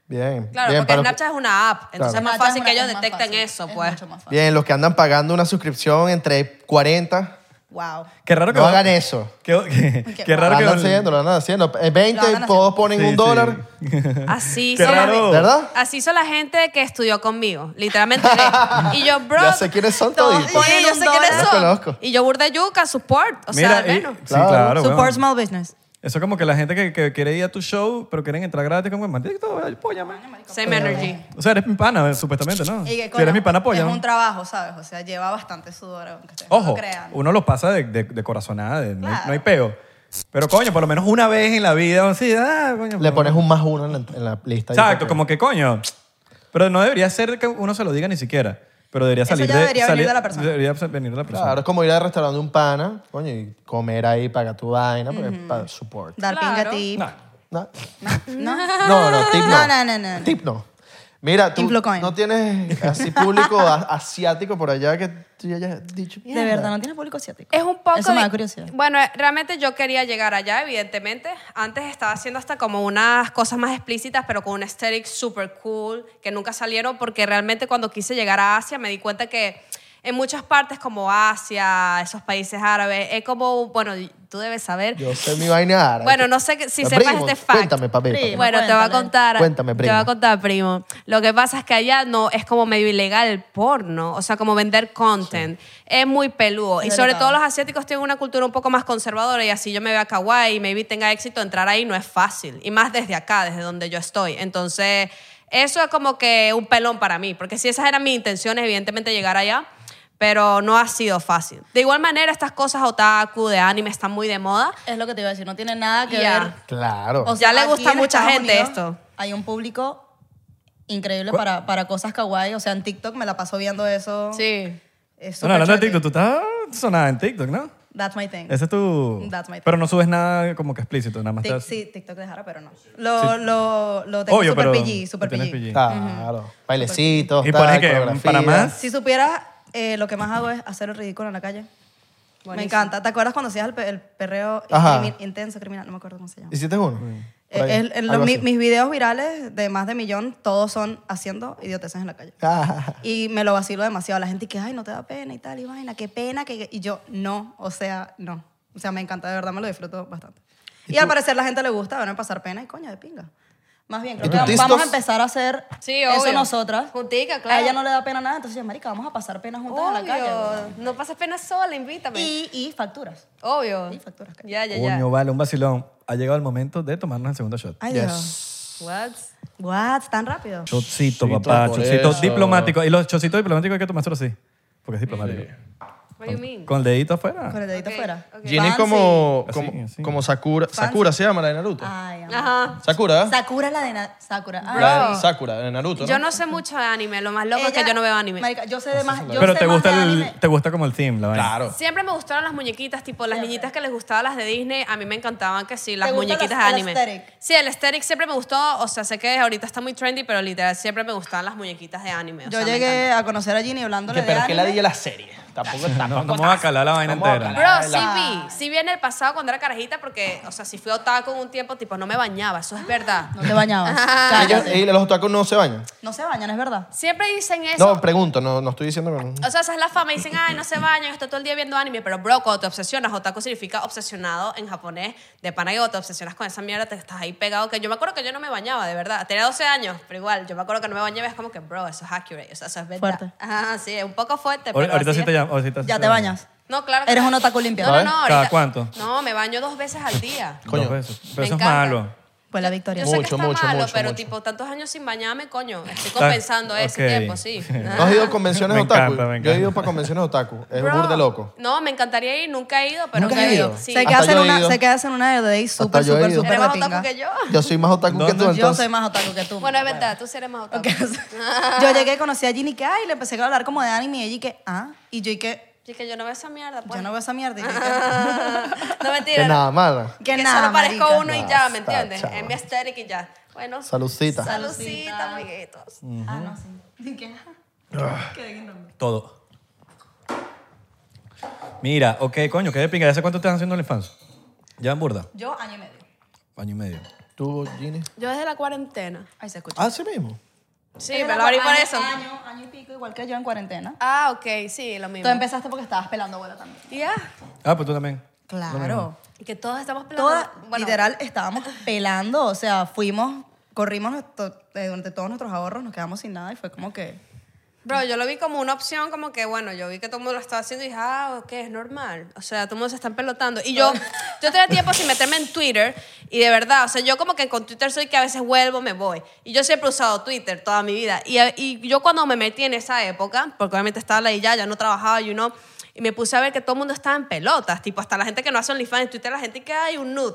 Bien.
Claro,
bien,
porque
para-
Snapchat es una app. Entonces
Claro.
es más
Snapchat
fácil
una-
que ellos
es más
detecten
fácil,
eso,
es
pues.
mucho más fácil.
Bien, los que andan pagando una suscripción entre 40,
Wow.
Qué raro que...
no hagan eso.
Qué, qué- qué raro
Lo
que...
andan haciendo, lo andan haciendo. Eh, 20,
Lo andan
todos ponen
Sí,
un
sí.
dólar.
Así
Qué
son la-
raro.
¿Verdad?
Así hizo la gente que estudió conmigo. Literalmente. le- y yo, bro.
Ya sé quiénes son toditos.
ponen- yo
Sí,
sé
un
quiénes
dólar.
son.
Los conozco.
Y yo, burda de yuca, support. O
Mira,
sea,
y-
bueno.
sí,
Claro.
claro.
Support
weón.
small business.
Eso es como que la gente que, que quiere ir a tu show, pero quieren entrar gratis, como, maldito, apóyame.
Same energy.
O sea, eres mi pana, eh, supuestamente, ¿no?
Y que,
si
coño,
eres mi pana, pues
Es
apóyame.
un trabajo, ¿sabes? O sea, lleva bastante sudor, aunque ustedes no
Ojo,
lo crean.
uno lo pasa de, de- de corazonada, de- no, hay,
Claro.
no hay peo. Pero coño, por lo menos una vez en la vida, así, ah, coño.
Le
pero-
pones un más uno en la, en la lista.
Exacto, como que coño. Pero no debería ser que uno se lo diga ni siquiera. Pero debería
Eso
salir
ya
de,
debería venir
salir-
de la persona.
Debería venir de la persona.
Claro, es como ir al restaurante de un pana, coño, y comer ahí, paga tu vaina, porque es para support.
Dar
Claro.
pinga a ti.
Nah.
No,
No.
no, no, tip no.
No, no, no, no, no.
Tip no. Mira, tú
Inflocoin.
no tienes así público a- asiático por allá que tú ya hayas dicho.
De verdad, no tienes público asiático.
Es un poco.
Eso me
de-
da curiosidad.
Bueno, eh, realmente yo quería llegar allá, evidentemente. Antes estaba haciendo hasta como unas cosas más explícitas, pero con un aesthetic super cool, que nunca salieron, porque realmente cuando quise llegar a Asia me di cuenta que en muchas partes como Asia, esos países árabes, es como, bueno, tú debes saber.
Yo sé mi vaina árabe.
Bueno, no sé que- si
Pero,
sepas
primo,
este fact.
Cuéntame, papi. papi.
Primo.
Bueno, te voy a
Cuéntale.
contar.
Cuéntame,
Te voy
primo.
a contar, primo. Lo que pasa es que allá no es como medio ilegal el porno, o sea, como vender content. Es muy peludo.
Es
y sobre
delicado.
todo los asiáticos tienen una cultura un poco más conservadora y así yo me veo a Kawaii y maybe tenga éxito, entrar ahí no es fácil. Y más desde acá, desde donde yo estoy. Entonces, eso es como que un pelón para mí, porque si esas eran mis intenciones, evidentemente llegar allá. Pero no ha sido fácil. De igual manera, estas cosas otaku, de anime, están muy de moda.
Es lo que te iba a decir, no tiene nada que
Ya.
ver.
Claro.
O
Ya le
aquí
gusta
en
mucha
Estados
gente
Unidos
esto.
Hay un público increíble para, para cosas kawaii. O sea, en TikTok me la paso viendo eso.
Sí.
Es
Bueno,
súper
hablando de
trendy.
TikTok, tú estás sonada en TikTok, ¿no?
That's my thing.
Ese es tu...
That's my thing.
Pero no subes nada como que explícito, nada más.
Tik-
estás-
sí, TikTok de Jara, pero no. Lo, lo, lo tengo
Obvio,
super
pero
PG, super
lo tienes
PG.
PG.
Claro. Bailecitos,
Y
tal,
pones que
coreografía.
para más.
Si supieras, eh, lo que más hago es hacer el ridículo en la calle. Me encanta. ¿Te acuerdas cuando hacías el, pe- el perreo
Ajá.
crimi- intenso, criminal? No me acuerdo cómo se llama.
¿Hiciste uno? Por ahí,
Eh, el- el- los-
algo
mi-
así.
mis videos virales de más de millón, todos son haciendo idioteces en la calle.
Ah.
Y me lo vacilo demasiado. La gente que, ay, no te da pena y tal, y vaina, qué pena. Que... Y yo, no, o sea, no. O sea, me encanta, de verdad, me lo disfruto bastante. Y, al parecer la gente le gusta, van a pasar pena y coño, de pinga. Más bien, creo
¿Y tú
que
tistos?
vamos a empezar a hacer
Sí,
eso
obvio.
nosotras.
Juntica, claro.
A ella no le da pena nada, entonces, marica, vamos a pasar pena juntas en la calle.
Obvio. No pasas pena sola, invítame.
Y, y facturas.
Obvio.
Y facturas, claro.
Ya, ya, ya.
Coño, vale, un vacilón. Ha llegado el momento de tomarnos el segundo shot.
Ay, Dios.
Yes.
What?
What? ¿Tan rápido?
Chocito,
Chocito,
papá.
por
Chocito
eso.
diplomático. Y los chocitos diplomáticos hay que tomárselo así. Porque es diplomático.
What do you mean?
Con el dedito afuera.
Con el dedito afuera.
Ginny es
Fancy.
como,
Así,
como,
así.
como Sakura. Sakura se llama la de Naruto.
Ay, amor.
Ajá.
Sakura. ¿eh?
Sakura la de na- Ah. Sakura. Ah,
La de Sakura, de Naruto.
Yo
¿no?
no sé mucho de anime. Lo más loco es
ella-
que yo no veo anime.
Marica, yo sé de más. yo
Pero
sé
te
más
gusta,
de
el,
anime.
te gusta como el theme, la vaina.
Claro.
Siempre me gustaron las muñequitas, tipo las niñitas que les gustaban las de Disney. A mí me encantaban que sí, las
gusta
muñequitas
las- el
anime.
aesthetic?
Sí, el aesthetic siempre me gustó. O sea, sé que ahorita está muy trendy, pero literal siempre me gustaban las muñequitas de anime. o
Yo
sea, me
llegué
encanta.
a conocer a Ginny hablándole
Que- pero
de
que la
anime.
di la serie. Tampoco, tampoco.
no me voy a calar la vaina
No me voy a
entera.
calar
Bro, sí
la-
vi, sí vi en el pasado cuando era carajita porque, o sea, si fui otaku un tiempo, tipo, no me bañaba, eso es verdad.
No te bañabas.
Ah.
Ellos-
Cállate.
y los otacos no se bañan.
No se bañan, es verdad.
Siempre dicen eso.
No, pregunto, no, no estoy diciendo que no.
O sea, esa es la fama. Dicen, ay, no se bañan, está todo el día viendo anime. Pero, bro, cuando te obsesionas, otaku significa obsesionado en japonés. De pana que cuando te obsesionas con esa mierda, te estás ahí pegado. Que yo me acuerdo que yo no me bañaba, de verdad. Tenía 12 años, pero igual, yo me acuerdo que no me bañaba. Es como que, bro, eso es accurate. O sea, eso es verdad.
Fuerte.
Ajá, sí, es un poco fuerte.
Ahor-
pero
Ahorita
así
sí
es.
te llamo. ahorita sí
Ya
te
te
llamo.
bañas.
No, claro. que
Eres
no.
un otaku limpio.
No, no, no.
¿Cada
ahorita-
cuánto?
No, me baño dos veces al día.
Dos
Coño.
veces. Pero
Me
pues eso es
encanta.
malo.
Pues la
Yo
victoria.
sé que
Mucho,
está
mucho,
malo,
mucho,
pero
mucho.
tipo, tantos años sin bañarme, coño. Estoy compensando ese
ok.
tiempo, sí.
¿No has ido a convenciones
Me
otaku?
encanta, me
Yo he ido
encanta.
para convenciones otaku. Es
Bro,
burde loco.
No, me encantaría ir, nunca he ido, pero
¿Nunca has
he
ido?
Sí.
Se
Hasta
queda en
yo he
una,
ido.
se queda en una de day súper,
yo he
súper,
ido.
súper
Eres
de
más otaku
pinga.
que yo.
Yo soy más otaku que
¿Dónde?
tú,
Yo
entonces.
soy más otaku que tú.
Bueno, es verdad, tú sí eres más otaku.
Ok, o sea, yo llegué, conocí a Ginny que, ay, le empecé a hablar como de anime y ella y que, ah, y yo y que,
Yo que yo no veo esa mierda, pues.
yo no veo esa mierda. y yo y
no mentira.
Que
no.
nada, mala.
que, que,
Que
nada,
solo parezco
marica.
uno y ya, ¿me
Basta,
entiendes?
chava.
Es mi aesthetic y ya. Bueno.
Saludcita.
Saludcita, amiguitos.
Mm.
Ah, no, sí. Y que, ah,
Todo. Mira, ok, coño, qué de pinga. ¿Ya hace cuánto estás haciendo el infancia? ¿Ya en burda?
Yo, año y medio.
Año y medio.
¿Tú, Ginny?
Yo desde la cuarentena.
Ahí se escucha.
Ah, sí mismo.
Sí, me lo abrí por
Año-
eso.
Año, año y pico, igual que yo en cuarentena.
Ah, ok, sí, lo
Tú
mismo.
empezaste porque estabas pelando abuela también.
Ya.
Ah, pues tú también.
Claro.
Que todos estamos
Todas,
planeando. Bueno,
literal, estábamos pelando, o sea, fuimos, corrimos nuestro- eh, durante todos nuestros ahorros, nos quedamos sin nada y fue como que...
Bro, yo lo vi como una opción, como que bueno, yo vi que todo el mundo lo estaba haciendo y dije, ah, ok, es normal. O sea, todo el mundo se están pelotando. Y yo, yo tenía tiempo sin meterme en Twitter y de verdad, o sea, yo como que con Twitter soy que a veces vuelvo, me voy. Y yo siempre he usado Twitter toda mi vida. Y, y yo cuando me metí en esa época, porque obviamente estaba la ya, ya no trabajaba, y uno y me puse a ver que todo el mundo estaba en pelotas, tipo hasta la gente que no hace OnlyFans en Twitter, la gente que hay un nude,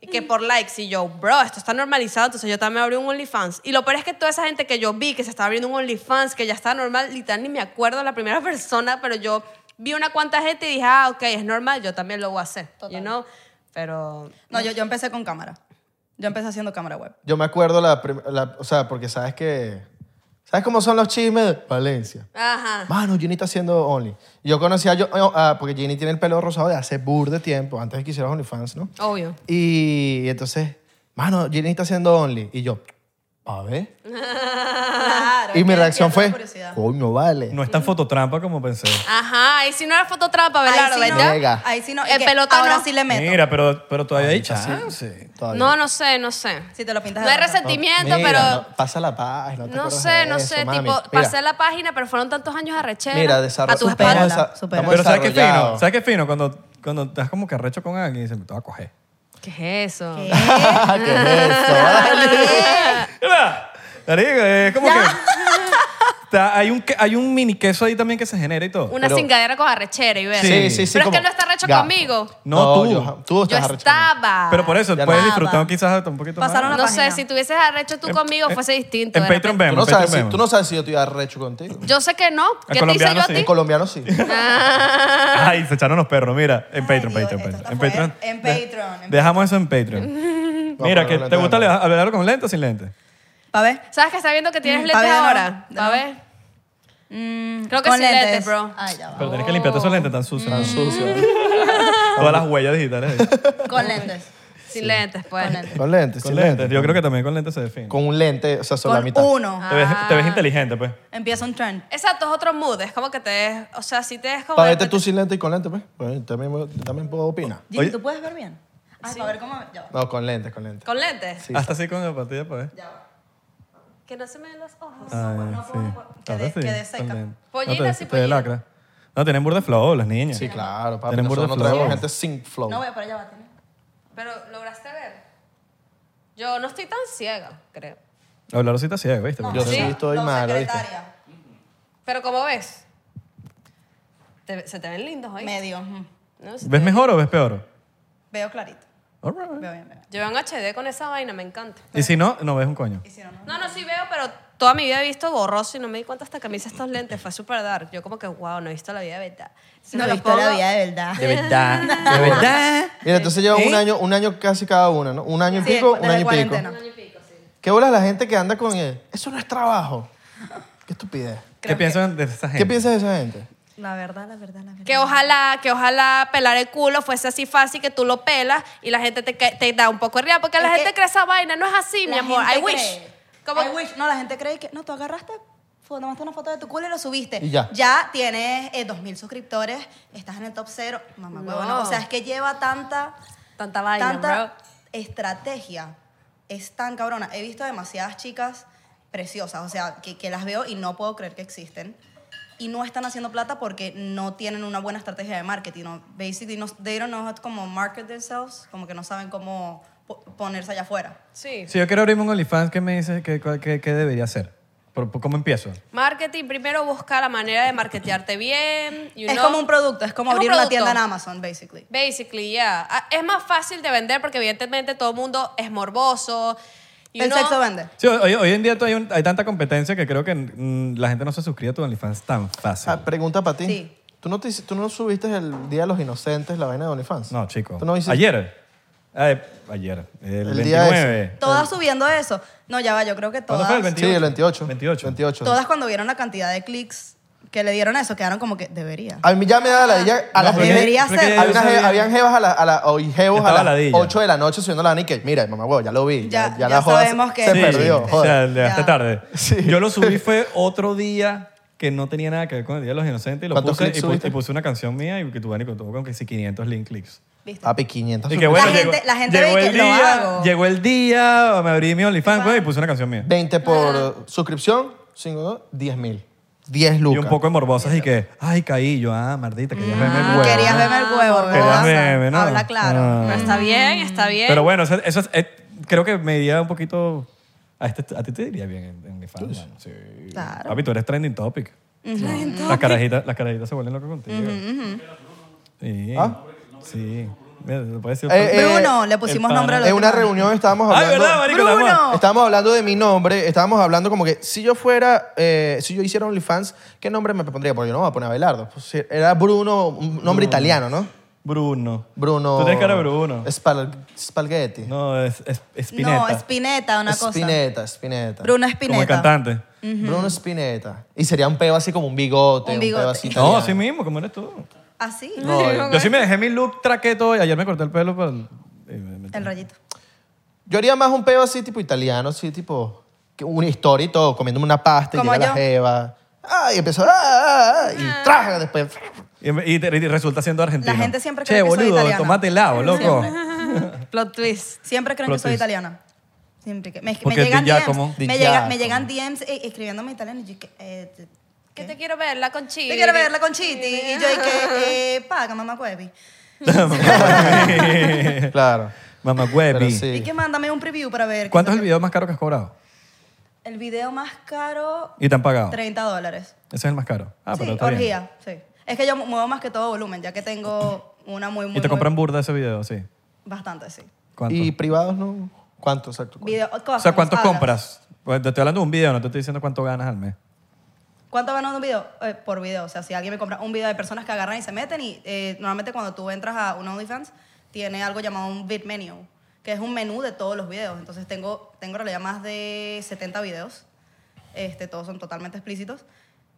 y que por likes y yo, bro, esto está normalizado, entonces yo también abrí un OnlyFans. Y lo peor es que toda esa gente que yo vi que se estaba abriendo un OnlyFans, que ya está normal, literal ni me acuerdo la primera persona, pero yo vi una cuanta gente y dije, ah, ok, es normal, yo también lo voy a hacer, you know? Pero
No, yo, yo empecé con cámara. Yo empecé haciendo cámara web.
Yo me acuerdo la, prim- la- O sea, porque sabes que... ¿Sabes cómo son los chismes de Valencia?
ajá.
Mano, Ginny está haciendo Only. Yo conocí a... Yo, ah, porque Ginny tiene el pelo rosado de hace bur de tiempo, antes de que hicieras OnlyFans, ¿no?
Obvio.
Y entonces, mano, Ginny está haciendo Only. Y yo, a ver.
Claro.
y mi reacción fue,
curiosidad.
coño, vale.
No es tan fototrampa como pensé.
Ajá, y si no era fototrampa,
Ahí
¿verdad?
sí
¿verdad?
no,
Llega.
Ahí sí no. y
El
que
pelota
Ahora
no.
sí le meto.
Mira, pero, pero todavía hay
Así,
chance.
todavía.
No, no sé, no sé.
Si te lo pintas
No
de
hay
rosa.
resentimiento,
Mira,
pero...
no, pasa la paz. No, te
No
acuerdas
sé,
de
no
eso,
sé,
mami.
tipo,
Mira,
pasé la página, pero fueron tantos años arrechera.
Mira,
a tu
desarrolla.
espalda.
espaldas. supérala.
Pero
Pero ¿sabes qué fino? ¿Sabes qué fino? Cuando, cuando estás como que arrecho con alguien y dices, me te voy a coger.
¿Qué es eso?
Ah, ¿Qué es eso?
Ah.
Mira, marico, Es como que... Está- hay, un, que- hay un mini queso ahí también que se genera y todo.
Una
Pero-
cingadera con arrechera, y ver.
Sí, sí, sí.
Pero es que
como-
él no está arrecho
Gafo.
conmigo.
No, tú.
yo- tú
Yo
estás arrechando.
estaba.
Pero por eso,
Ya
puedes
no.
disfrutar quizás un poquito más.
Pasaron la
No sé,
página.
si tuvieses arrecho tú conmigo,
en-
fuese distinto.
En
de
Patreon vemos,
Tú
repente.
no,
en Patreon
sabes si,
vemos.
tú no sabes si yo estoy arrecho contigo.
Yo sé que no.
El
¿Qué te hice yo
colombiano
a
sí.
ti?
El colombiano sí.
Ah.
Ay, se echaron los perros, mira. En Patreon,
Dios,
Patreon,
esto
Patreon.
está
En
fuera.
Patreon.
En
De-
Patreon, en
Dejamos eso en Patreon. mira,
Vamos a
que
ponerlo
¿te
en
gusta le-
Patreon.
hablarlo con lente o sin lente?
Pa' ver.
¿Sabes que está viendo que tienes
Mm,
lentes
pa' ver, no,
ahora?
no.
A ver.
Mm,
Creo que
con
sí lentes, bro.
Ay, ya va.
Pero tienes que limpiarte esos lentes tan sucios. Mm.
Tan sucio.
Todas las huellas digitales. ahí.
Con lentes.
Sin lentes, pues.
Con lentes.
Con lentes,
Con
sin
lentes.
lentes.
Yo creo que también con lentes se define.
Con un lente, o sea, solo la
Con
mitad.
uno.
Ah.
Te, ves, te ves inteligente, pues.
Empieza un trend.
Exacto, es otro mood. Es como que te es. O sea, si te es como.
Para verte tú sin lente y con lente, pues. Bueno, también, también puedo opinar.
Jimmy,
Oye.
¿tú puedes ver bien?
Ah,
Ay, para ver cómo... Ya va.
No, con lentes, con lentes.
Con lentes.
Sí.
Hasta así con pues. la patilla para ver.
Que no se me ven los ojos.
Ay, Ah, sí. Ah. Ahora
quedé-
sí,
quedé
con
seca.
lentes.
Pollina,
No te-
sí,
te de
pollina.
lacra. No, tienen burda de flow las niñas.
Sí, claro, papi.
Tienen burda
Nosotros
de
no
flow.
traemos gente sin flow.
No voy para allá, va. tiene.
Pero lograste ver. Yo no estoy tan ciega, creo.
Hablar sí está ciego, ¿viste?
Yo sí,
Sí.
estoy
No,
malo, ¿viste?
secretaria.
Pero como ves, Te- se te ven lindos hoy.
Medio. ujú.
¿No? Se
¿Ves
te ven-
mejor o ves peor?
Veo clarito.
All right.
Veo bien, veo bien.
Yo veo en HD con esa vaina, me encanta.
Y si no, no ves un coño.
Y si no, no.
No, no, sí veo, pero toda mi vida he visto borroso y no me di cuenta hasta que me hice estos lentes. Fue súper dark. Yo como que, wow, no he visto la vida de verdad. Entonces
No,
me
la
los
historia
pongo-
había de verdad.
De verdad. De verdad.
Mira, entonces llevan un año, un año casi cada una, ¿no? Un año y
Sí,
pico,
desde
un año y pico.
cuarentena.
¿Qué bolas la gente que anda con él? Eso no es trabajo. Qué estupidez.
¿Qué piensan de esa gente?
¿Qué piensas de esa gente?
La verdad, la verdad, la verdad.
Que ojalá, que ojalá pelar el culo fuese así fácil, que tú lo pelas y la gente te, ca- te da un poco de risa, porque la
Es
gente
que-
cree esa vaina, no es así, mi
La
amor. I
gente
wish.
cree.
Como-
I wish. No, la gente cree que. No, tú agarraste, fo- tomaste una foto de tu culo y lo subiste.
Y ya.
tienes eh, 2.000 suscriptores, estás en el top cero. Mamá,
No.
huevona. O sea, es que lleva tanta.
Tanta vaina,
Tanta
bro.
estrategia. Es tan cabrona. He visto demasiadas chicas preciosas, o sea, que, que las veo y no puedo creer que existen. Y no están haciendo plata porque no tienen una buena estrategia de marketing. ¿no? Basically, no, they don't know how to como market themselves, como que no saben cómo po- ponerse allá afuera.
Sí.
Si yo quiero abrirme un OnlyFans, ¿qué me dices? ¿Qué, cuál- qué, qué debería hacer? ¿Por, por- cómo empiezo?
Marketing, primero busca la manera de marketearte bien. you
es
know.
como un producto, es como
Es un
abrir una
producto.
tienda en Amazon, basically.
Basically, yeah. Ah, Es más fácil de vender porque evidentemente todo el mundo es morboso. you
el
know.
sexo vende.
Sí, hoy, hoy en día hay, un- hay tanta competencia que creo que mm, la gente no se suscribe a tu OnlyFans tan fácil.
Ah, pregunta para ti.
Sí.
¿Tú no, te hici- ¿Tú no subiste el Día de los Inocentes la vaina de OnlyFans?
No, chico.
¿Tú no hiciste?
Ayer. Eh, ayer. El,
El día
29.
Todas subiendo eso. No, ya va, yo creo que
¿Cuándo
todas.
fue? El
Sí, el 28.
28.
28.
Todas cuando vieron la cantidad de clics que le dieron a eso, quedaron como que debería.
A mí ya me daba la idea. A
No,
las
pero
10 de-
Debería
porque
ser.
ya yo
Hay unas je-
sabía-
habían jevas a la, a la, o jevos
Estaba
a las
ladilla.
8 de la noche subiendo la vaina y que, mira, mamá, huevo, ya lo vi. Ya,
Ya-
ya
ya
la joda se-
sabemos que-
se
Sí,
perdió.
O
Joder.
sea, le hasta
Ya.
tarde.
Sí.
Yo lo subí fue otro día que no tenía nada que ver con el Día de los Inocentes y lo
¿Cuántos
puse y,
clics
pu-
subiste?
y puse una canción mía y que tuve tuvo con que sí, 500 link clics.
¿Viste?
Papi, 500.
Y que bueno,
gente-
llegó,
la gente
llegó
ve
el
que lo
día,
hago.
llegó el día, me abrí mi OnlyFans güey, y puse una canción mía.
20 por
Ah.
suscripción, 5, ¿no? 10 mil. 10
Y
lucas.
un poco de morbosas y que, ay, caí yo, ah, mardita, querías verme el huevo.
Mm, Querías verme
Ah,
el huevo,
Querías
¿verdad?
verme, ¿no?
Habla claro.
Ah.
Pero está bien, está bien.
Pero bueno, eso, eso es- eh, creo que me iría un poquito... A, este- a ti te diría bien en, en OnlyFans,
Pues,
mano, sí.
Claro.
Papi, tú eres trending topic. Las carajitas, las carajitas se vuelven locas contigo. Sí.
Ah.
Sí. Mira, lo puedes decir.
Eh, eh,
Bruno, le pusimos
el
nombre a
pana.
los
En una reunión estábamos
Ay,
hablando.
¿verdad, marico?
Bruno.
La amor.
Estábamos hablando de mi nombre, estábamos hablando como que si yo fuera, eh, si yo hiciera OnlyFans, ¿qué nombre me pondría? Porque yo no me voy a poner Abelardo. Pues, si era Bruno, un nombre italiano, ¿no?
Bruno.
Bruno.
Tú tienes cara de Bruno.
Spal- Spaghetti.
No, es, es Spinetta.
No, Spinetta, una cosa.
Spinetta, Spinetta.
Bruno
Como el
Spinetta.
cantante.
Bruno Spinetta. Y sería un peo así como un bigote,
Un
un,
bigote.
peo así.
No,
italiano.
así mismo, como eres tú.
Así.
Yo sí me dejé mi look traqueto y ayer me corté el pelo para el... y me- me-
El rayito.
Yo haría más un peo así tipo italiano, así tipo que una historia y todo, comiéndome una pasta y
Como
llega la
yo.
jeva. Ah, y empezó, ah, ah, ah, y traga después.
Y, y- y resulta siendo argentino.
La gente siempre
che,
cree que soy
boludo,
italiana.
tomate helado, loco.
Plot twist.
Siempre creen
Plot
que soy
twist.
italiana. Siempre que me, me
Porque
llegan
Di
DMs,
Giacomo.
Di
me, llega- me
Giacomo.
llegan DMs eh, escribiéndome italiano y yo que eh, te-
Que te quiero ver, la conchita.
Yo quiero verla con Chiti y yo dije, eh, paga mamá Cuevi.
Claro.
Mamá
Pero
Webby.
sí.
Y que mándame un preview para ver. qué
¿Cuánto es el
tal.
video más caro que has cobrado?
El video más caro,
Y te han pagado.
30 dólares.
Ese es el más caro. Ah,
sí,
pero está bien.
orgía, sí. Es que yo mu- muevo más que todo volumen, ya que tengo una muy, muy...
Y te
muy-
compran burda ese video, sí.
Bastante, sí.
¿Cuánto?
Y privados no. ¿Cuánto exacto? ¿Cuánto?
Video,
o sea, ¿cuánto
hablas.
compras? Pues te estoy hablando de un video, no te estoy diciendo cuánto ganas al mes.
¿Cuánto gano de un video? Eh, por video. O sea, si alguien me compra un video de personas que agarran y se meten y eh, normalmente cuando tú entras a un OnlyFans tiene algo llamado un vid menu, que es un menú de todos los videos. Entonces tengo, tengo en realidad más de 70 videos. Este, todos son totalmente explícitos.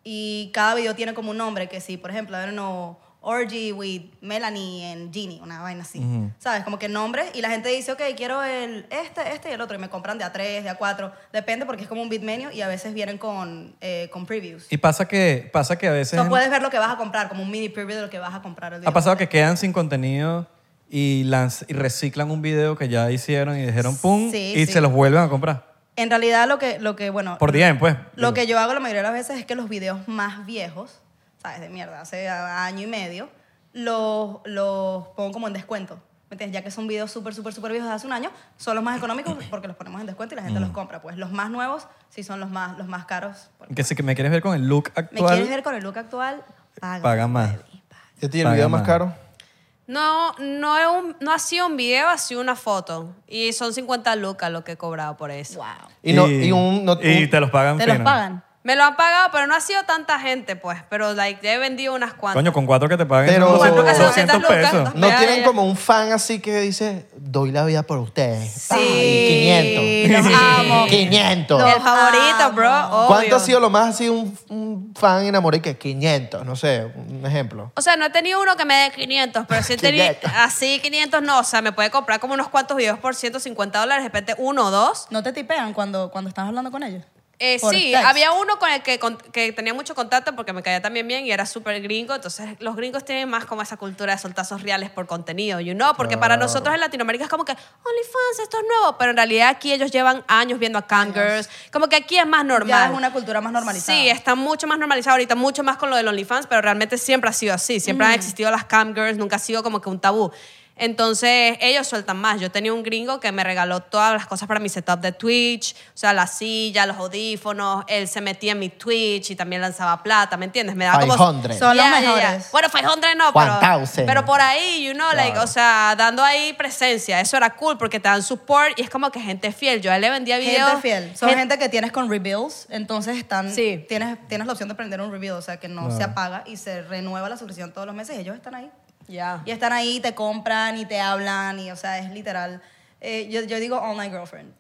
Y cada video tiene como un nombre que si, por ejemplo, I don't know, Orgy with Melanie and Ginny, una vaina así. ¿Sabes? Como que nombres y la gente dice, ok, quiero el este, este y el otro. Y me compran de a tres, de a cuatro. Depende porque es como un vid menu y a veces vienen con, eh, con previews.
Y pasa que, pasa que a veces...
No puedes ver lo que vas a comprar, como un mini preview de lo que vas a comprar el día.
ha pasado que quedan sin contenido y, lanz- y reciclan un video que ya hicieron y dijeron pum
Sí,
y
sí.
se los vuelven a comprar.
En realidad lo que, lo que bueno...
Por DM, pues.
Lo
digo.
que yo hago la mayoría de las veces es que los videos más viejos, ¿sabes? De mierda, hace a- año y medio, los, los pongo como en descuento. ¿Me entiendes? Ya que son videos súper, súper, súper viejos de hace un año, son los más económicos porque los ponemos en descuento y la gente
Mm.
los compra. Pues los más nuevos sí son los más, los más caros. porque
Que si que me quieres ver con el look
¿Me
actual...
quieres ver con el look actual? Paga,
Paga más.
baby, paga.
¿Ya tiene el
Paga
video más
más.
caro?
No, no, es un- no ha sido un video, ha sido una foto. Y son 50 lucas lo que he cobrado por eso.
Y, no, y un, no-
y
un-
te los pagan
¿Te los
fino.
pagan?
Me lo han pagado, pero no ha sido tanta gente, pues. Pero, like, he vendido unas cuantas.
Coño, con cuatro que te paguen
Pero-
son
Cuatro que
200,
son
200 lucas.
pesos.
no
Ya,
tienen
ya.
como un fan así que dice, doy la vida por ustedes.
Sí,
Ay, 500.
los amo.
500.
El favorito, bro. obvio.
¿Cuánto ha sido lo más así un, un fan enamoré que 500, no sé, un ejemplo.
O sea, no he tenido uno que me dé 500, pero sí he tenido
500.
así 500 no, o sea, me puede comprar como unos cuantos videos por 150 dólares, de repente uno o dos.
¿No te tipean cuando, cuando estás hablando con ellos?
Eh,
Por
sí,
text.
había uno con el que, con- que tenía mucho contacto porque me caía también bien y era súper gringo. Entonces, los gringos tienen más como esa cultura de soltazos reales por contenido, you know? Porque para nosotros en Latinoamérica es como que, OnlyFans, esto es nuevo. Pero en realidad aquí ellos llevan años viendo a Kangers. Como que aquí es más normal.
Ya es una cultura más normalizada.
Sí, está mucho más normalizado ahorita, mucho más con lo del OnlyFans, pero realmente siempre ha sido así. Siempre
Mm.
han existido las cam girls, nunca ha sido como que un tabú. Entonces, ellos sueltan más. Yo tenía un gringo que me regaló todas las cosas para mi setup de Twitch, o sea, la silla, los audífonos, él se metía en mi Twitch y también lanzaba plata, ¿me entiendes? Me daba como
500.
Son los
Yeah, yeah, yeah.
mejores.
Bueno, 500 no, pero,
1000.
pero por ahí, you know, like, o sea, dando ahí presencia. Eso era cool porque te dan support y es como que gente fiel. Yo a él le vendía videos.
Gente fiel. Son
gen-
gente que tienes con rebuilds, entonces están,
Sí.
tienes, tienes la opción de prender un rebuild, o sea, que no se apaga y se renueva la suscripción todos los meses. Ellos están ahí.
Yeah.
Y están ahí, te compran y te hablan, y o sea, es literal. Eh, yo, yo digo online girlfriend.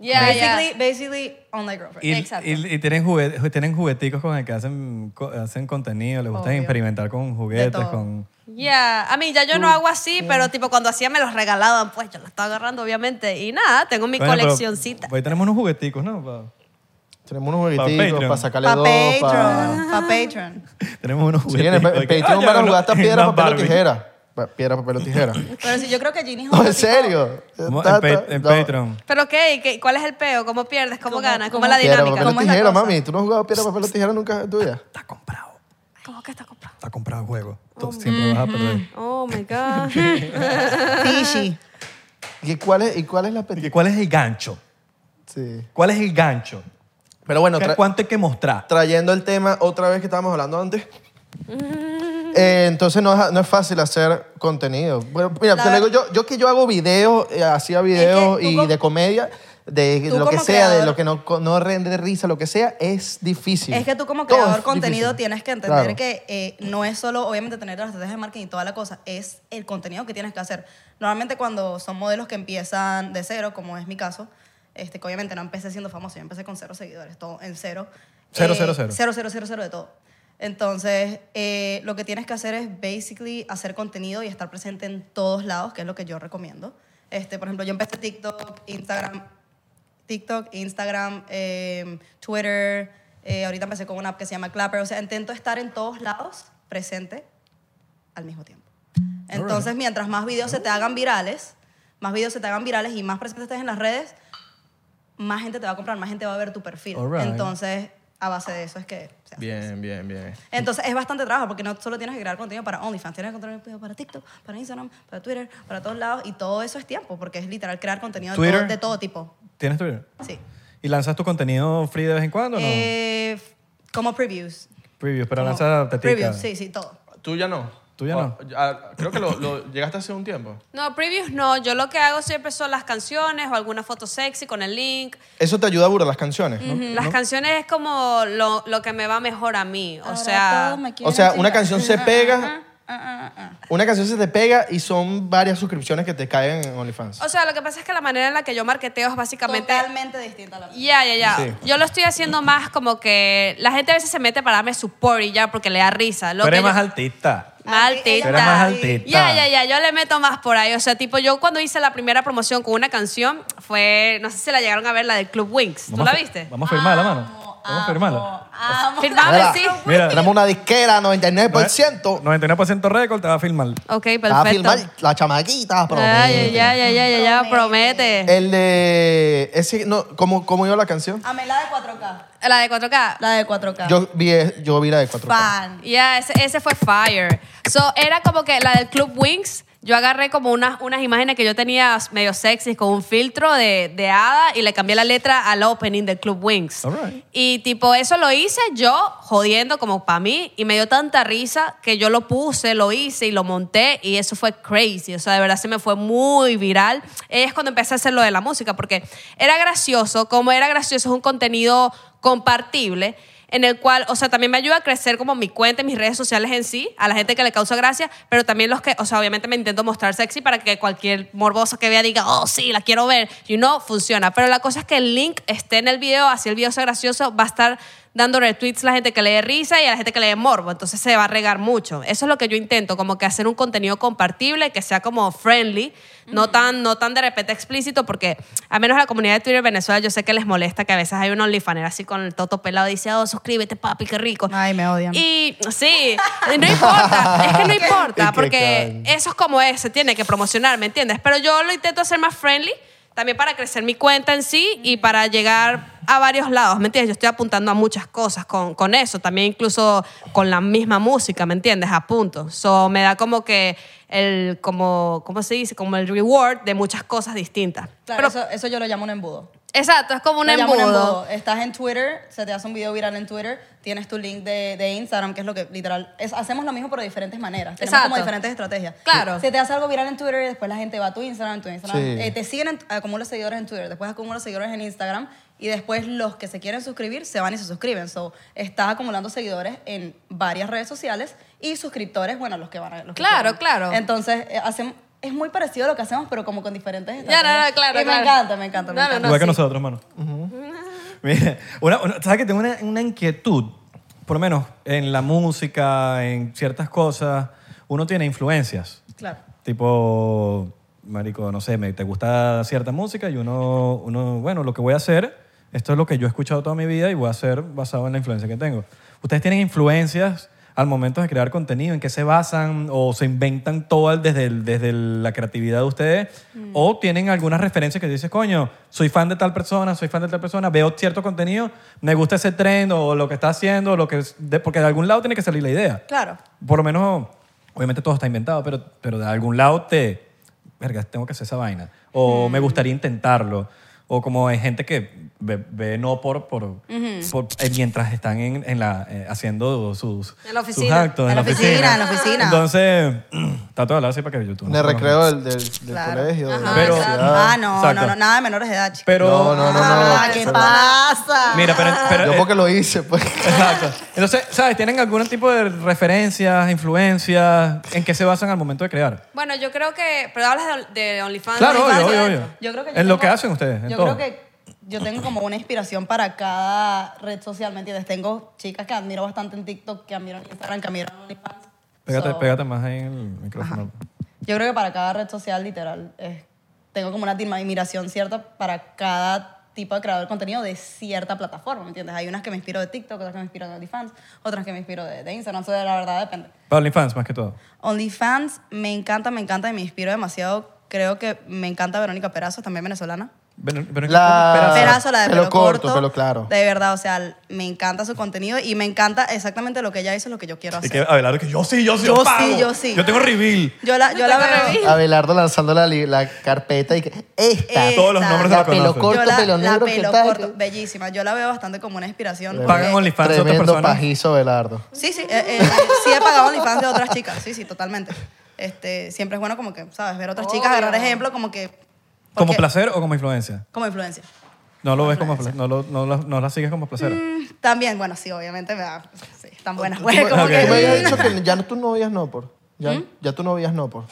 Yeah, yeah.
basically, basically, online girlfriend.
Y,
Exacto.
y- y tienen, juguet- tienen jugueticos con el que hacen, co- hacen contenido, les gusta experimentar con juguetes,
todo.
con...
Ya, a mí ya yo no hago así, pero tipo cuando hacía me los regalaban, pues yo los estaba agarrando obviamente y nada, tengo mi
Bueno, pero
coleccioncita.
Hoy tenemos unos jugueticos, ¿no? Pa-
Tenemos unos juguetitos
Patreon.
para sacarle
Pa'
dos. Pa...
Patreon, pa' Patreon.
Tenemos unos
Sí, en
jugueticos.
el, en
aquí.
Patreon
Ah, ya,
van a
no,
jugar hasta
no,
piedra,
no,
papel o
Barbie.
tijera. Pa- Piedra, papel o tijera.
Pero si yo creo que Ginny es
No,
un
en
tipo-
serio.
Como
Está-
En, pa-
está-
en
no.
Patreon.
Pero qué, ¿Qué? ¿cuál es el peo? ¿Cómo pierdes? ¿Cómo,
¿Cómo-
ganas? ¿Cómo,
cómo
es la
Piedra,
dinámica?
papel o
¿Cómo es la
tijera,
cosa?
mami. ¿Tú no has jugado piedra, papel o tijera nunca en tu vida?
Está comprado.
¿Cómo que está comprado?
Está comprado el juego. Tú siempre vas a perder.
Oh my god.
Fishy.
¿Y cuál es, y cuál es la
¿Y
película?
¿Cuál es el gancho?
Sí.
¿Cuál es el gancho?
Pero bueno,
¿Qué-
tra-
¿Cuánto hay que mostrar?
trayendo el tema otra vez que estábamos hablando antes.
Mm.
Eh, entonces no, es- no es fácil hacer contenido. Bueno, mira, te lo digo yo, yo que yo hago videos, eh, hacía videos
tú
y
co-
de comedia, de
tú
lo que
como
sea, de
creador-
lo que no, no rende risa, lo que sea, es difícil.
Es que tú como
Todo es
creador contenido
difícil.
tienes que
Claro.
entender que eh, no es solo, obviamente, tener las estrategias de marketing y toda la cosa, es el contenido que tienes que hacer. Normalmente cuando son modelos que empiezan de cero, como es mi caso, este, que obviamente no empecé siendo famoso, yo empecé con cero seguidores, todo en cero. Eh,
Cero, cero, cero.
Cero, cero, cero, cero de todo. Entonces, eh, lo que tienes que hacer es basically hacer contenido y estar presente en todos lados, que es lo que yo recomiendo. Este, por ejemplo, yo empecé TikTok, Instagram, TikTok, Instagram, eh, Twitter. eh, ahorita empecé con una app que se llama Clapper. O sea, intento estar en todos lados presente al mismo tiempo. Entonces, mientras más videos se te hagan virales, más videos se te hagan virales y más presente estés en las redes, más gente te va a comprar, más gente va a ver tu perfil.
All right.
Entonces, a base de eso es que... se hace eso.
Bien, bien, bien.
Entonces es bastante trabajo porque no solo tienes que crear contenido para OnlyFans, tienes que crear contenido para TikTok, para Instagram, para Twitter, para todos lados y todo eso es tiempo porque es literal crear contenido de
Twitter.
todo- de todo tipo.
¿Tienes Twitter?
Sí.
¿Y lanzas tu contenido free de vez en cuando o no?
Eh, f- como previews.
Previews, pero
Como
lanzas tetica.
Previews, sí, sí, todo.
¿Tú ya no?
¿Tú ya no?
creo que lo, llegaste hace un tiempo.
No, previews no. Yo lo que hago siempre son las canciones o alguna foto sexy con el link.
Eso te ayuda a burlar las canciones, ¿no?
Las canciones es como lo, lo que me va mejor a mí. O sea,
O sea, una canción se
Ah,
pega, una canción se te pega y son varias suscripciones que te caen en OnlyFans.
o sea, lo que pasa es que la manera en la que yo marketeo es básicamente
Totalmente distinta a la mía.
Ya, ya, ya. Yo lo estoy haciendo más como que la gente a veces se mete para darme support y ya porque le da risa. Lo
Tú
que
eres
yo-
más altista.
Más
Alti- ella
Tú
altita.
eres más altita.
Ya, ya, ya. Yo le meto más por ahí. O sea, tipo, yo cuando hice la primera promoción con una canción fue, no sé si la llegaron a ver, la del Club Wings. ¿Tú
Vamos
la
a-
viste?
Vamos a firmarla, mano. Vamos a firmarla.
Amo.
Firmame, sí.
Mira,
Tenemos una disquera, 99%.
99% récord te va a filmar.
Ok,
Va a
perfecto.
filmar la chamaquita,
Ya, ya,
promete.
ya, ya, ya, ya, ya, promete.
El de. Ese, no, ¿cómo, ¿Cómo iba la canción?
Amé la de 4K.
La de 4K.
La de
Ah.
4K.
Yo vi, eh, yo vi la de 4K.
Fan.
Ya, ese, ese fue Fire. So, era como que la del Club Wings. Yo agarré como unas, unas imágenes que yo tenía medio sexy con un filtro de, de hada y le cambié la letra al opening del Club Wings.
All right.
Y tipo, eso lo hice yo jodiendo como para mí y me dio tanta risa que yo lo puse, lo hice y lo monté y eso fue crazy. O sea, de verdad se me fue muy viral. Ahí Es cuando empecé a hacer lo de la música porque era gracioso, como era gracioso es un contenido compartible en el cual, o sea, también me ayuda a crecer como mi cuenta, y mis redes sociales en sí, a la gente que le causa gracia, pero también los que, o sea, obviamente me intento mostrar sexy para que cualquier morboso que vea diga, oh, sí, la quiero ver, y no funciona. Pero la cosa es que el link esté en el video, así el video sea gracioso, va a estar dando retweets a la gente que le dé risa y a la gente que le dé morbo. Entonces se va a regar mucho. Eso es lo que yo intento, como que hacer un contenido compartible que sea como friendly, no, tan, no tan de repente explícito, porque a menos la comunidad de Twitter de Venezuela yo sé que les molesta que a veces hay un OnlyFaner así con el toto pelado y dice, oh, suscríbete, papi, qué rico.
Ay, me odian.
Y sí, no importa, es que no
Y
importa,
que
porque
caen.
eso es como es, se tiene que promocionar, ¿me entiendes? Pero yo lo intento hacer más friendly, también para crecer mi cuenta en sí y para llegar a varios lados, ¿me entiendes? Yo estoy apuntando a muchas cosas con, con eso, también incluso con la misma música, ¿me entiendes? Apunto. So, me da como que el, como, ¿cómo se dice? Como el reward de muchas cosas distintas.
Claro,
Pero-
eso, eso yo lo llamo un embudo.
exacto, es como un
Lo llamo
embudo.
un Estás en Twitter, se te hace un video viral en Twitter, tienes tu link de, de Instagram, que es lo que literal. es- hacemos lo mismo pero de diferentes maneras. Tenemos
Exacto.
como diferentes estrategias.
Claro.
Se te hace algo viral en Twitter y después la gente va a tu Instagram, tu Instagram.
Sí.
eh, te siguen, en, acumulas seguidores en Twitter, después acumulas seguidores en Instagram y después los que se quieren suscribir se van y se suscriben. So, estás acumulando seguidores en varias redes sociales y suscriptores, bueno, los que van a. Los que
Claro,
quieran.
claro.
Entonces, eh, hacemos. Es muy parecido a lo que hacemos, pero como con diferentes
Ya, no, no,
estrategias.
claro,
Y me
claro.
encanta, me encanta, me
No, no,
encanta.
no,
Igual que
sí.
nosotros, hermano. Mira, una- una- ¿sabes que tengo una, una inquietud? Por lo menos en la música, en ciertas cosas, uno tiene influencias.
Claro.
Tipo, marico, no sé, me, te gusta cierta música y uno, uno, bueno, lo que voy a hacer, esto es lo que yo he escuchado toda mi vida y voy a hacer basado en la influencia que tengo. ¿Ustedes tienen influencias al momento de crear contenido? ¿En qué se basan o se inventan todo el- desde, el- desde el- la creatividad de ustedes? ¿O tienen algunas referencias que dices, coño, soy fan de tal persona, soy fan de tal persona, veo cierto contenido, me gusta ese trend o lo que está haciendo, o lo que, es- de- porque de algún lado tiene que salir la idea?
Claro.
por lo menos, obviamente todo está inventado, pero, pero de algún lado te, verga, tengo que hacer esa vaina. O me gustaría intentarlo. O como hay gente que ve, ve no por, por, por- eh, mientras están en, en la, eh, haciendo sus,
En la
sus
oficina.
actos.
En la oficina, en la oficina.
Entonces, está todo hablar así para que YouTube.
En el recreo del, del, del colegio. de la
Pero-
universidad.
Ah, no,
Exacto.
no, no, nada de menores de edad, chicos.
Pero,
No, no, no, no.
Ah, ¿qué pasa?
mira, pero, pero eh,
Yo porque lo hice, pues.
Exacto. Entonces, ¿sabes? ¿Tienen algún tipo de referencias, influencias? ¿En qué se basan al momento de crear?
Bueno, yo creo que, pero hablas de, de OnlyFans.
Claro,
OnlyFans,
obvio, obvio,
¿eh?
obvio.
Yo creo que yo
En lo
tengo-
que hacen ustedes, en
Yo
todo.
creo que yo tengo como una inspiración para cada red social, ¿me entiendes? Tengo chicas que admiro bastante en TikTok, que admiro en Instagram, que admiro en OnlyFans.
Pégate,
So,
pégate más ahí en el micrófono.
Yo creo que para cada red social, literal, es- tengo como una admiración cierta para cada tipo de creador de contenido de cierta plataforma, ¿me entiendes? Hay unas que me inspiro de TikTok, otras que me inspiro de OnlyFans, otras que me inspiro de, de Instagram, eso de la verdad depende.
Para OnlyFans, más que todo.
OnlyFans me encanta, me encanta y me inspiro demasiado. Creo que me encanta Verónica Perazo, también venezolana.
Ven- ven-
La-
espera,
Ah,
Perazo, la de
pelo
pelo,
corto, pelo claro.
De verdad, o sea, me encanta su contenido y me encanta exactamente lo que ella hizo, lo que yo
Y
quiero hacer.
que Abelardo que yo sí, yo sí,
Yo
yo pago.
sí, yo sí.
Yo tengo reveal.
Yo la, yo la veo.
Abelardo lanzando la, li- la carpeta y que. Esta.
Esta. Todos los
nombres
la
la conocen.
pelo corto,
yo la,
pelo
la
negro, ¿qué
pelo
tal?
corto, bellísima. Yo la veo bastante como una inspiración.
Tremendo-
Pagan
porque-
OnlyFans a otras
Tremendo
personas.
pajizo Abelardo.
Sí, sí, eh, eh, eh, sí he pagado OnlyFans de otras chicas, sí, sí, totalmente. Este, siempre es bueno como que, ¿sabes? Ver otras chicas, agarrar ejemplo, como que...
¿Como
porque-
placer o como influencia?
Como influencia.
No lo ves como placer. No, lo- no, la- no la sigues como placer.
Mm. También, bueno, sí, obviamente me da... Sí, están buenas.
Tú
pues,
me-
como
ok.
que- ¿Mm?
Tú me habías dicho que ya no- tú no veías no por. Ya, ya tú no veías no por.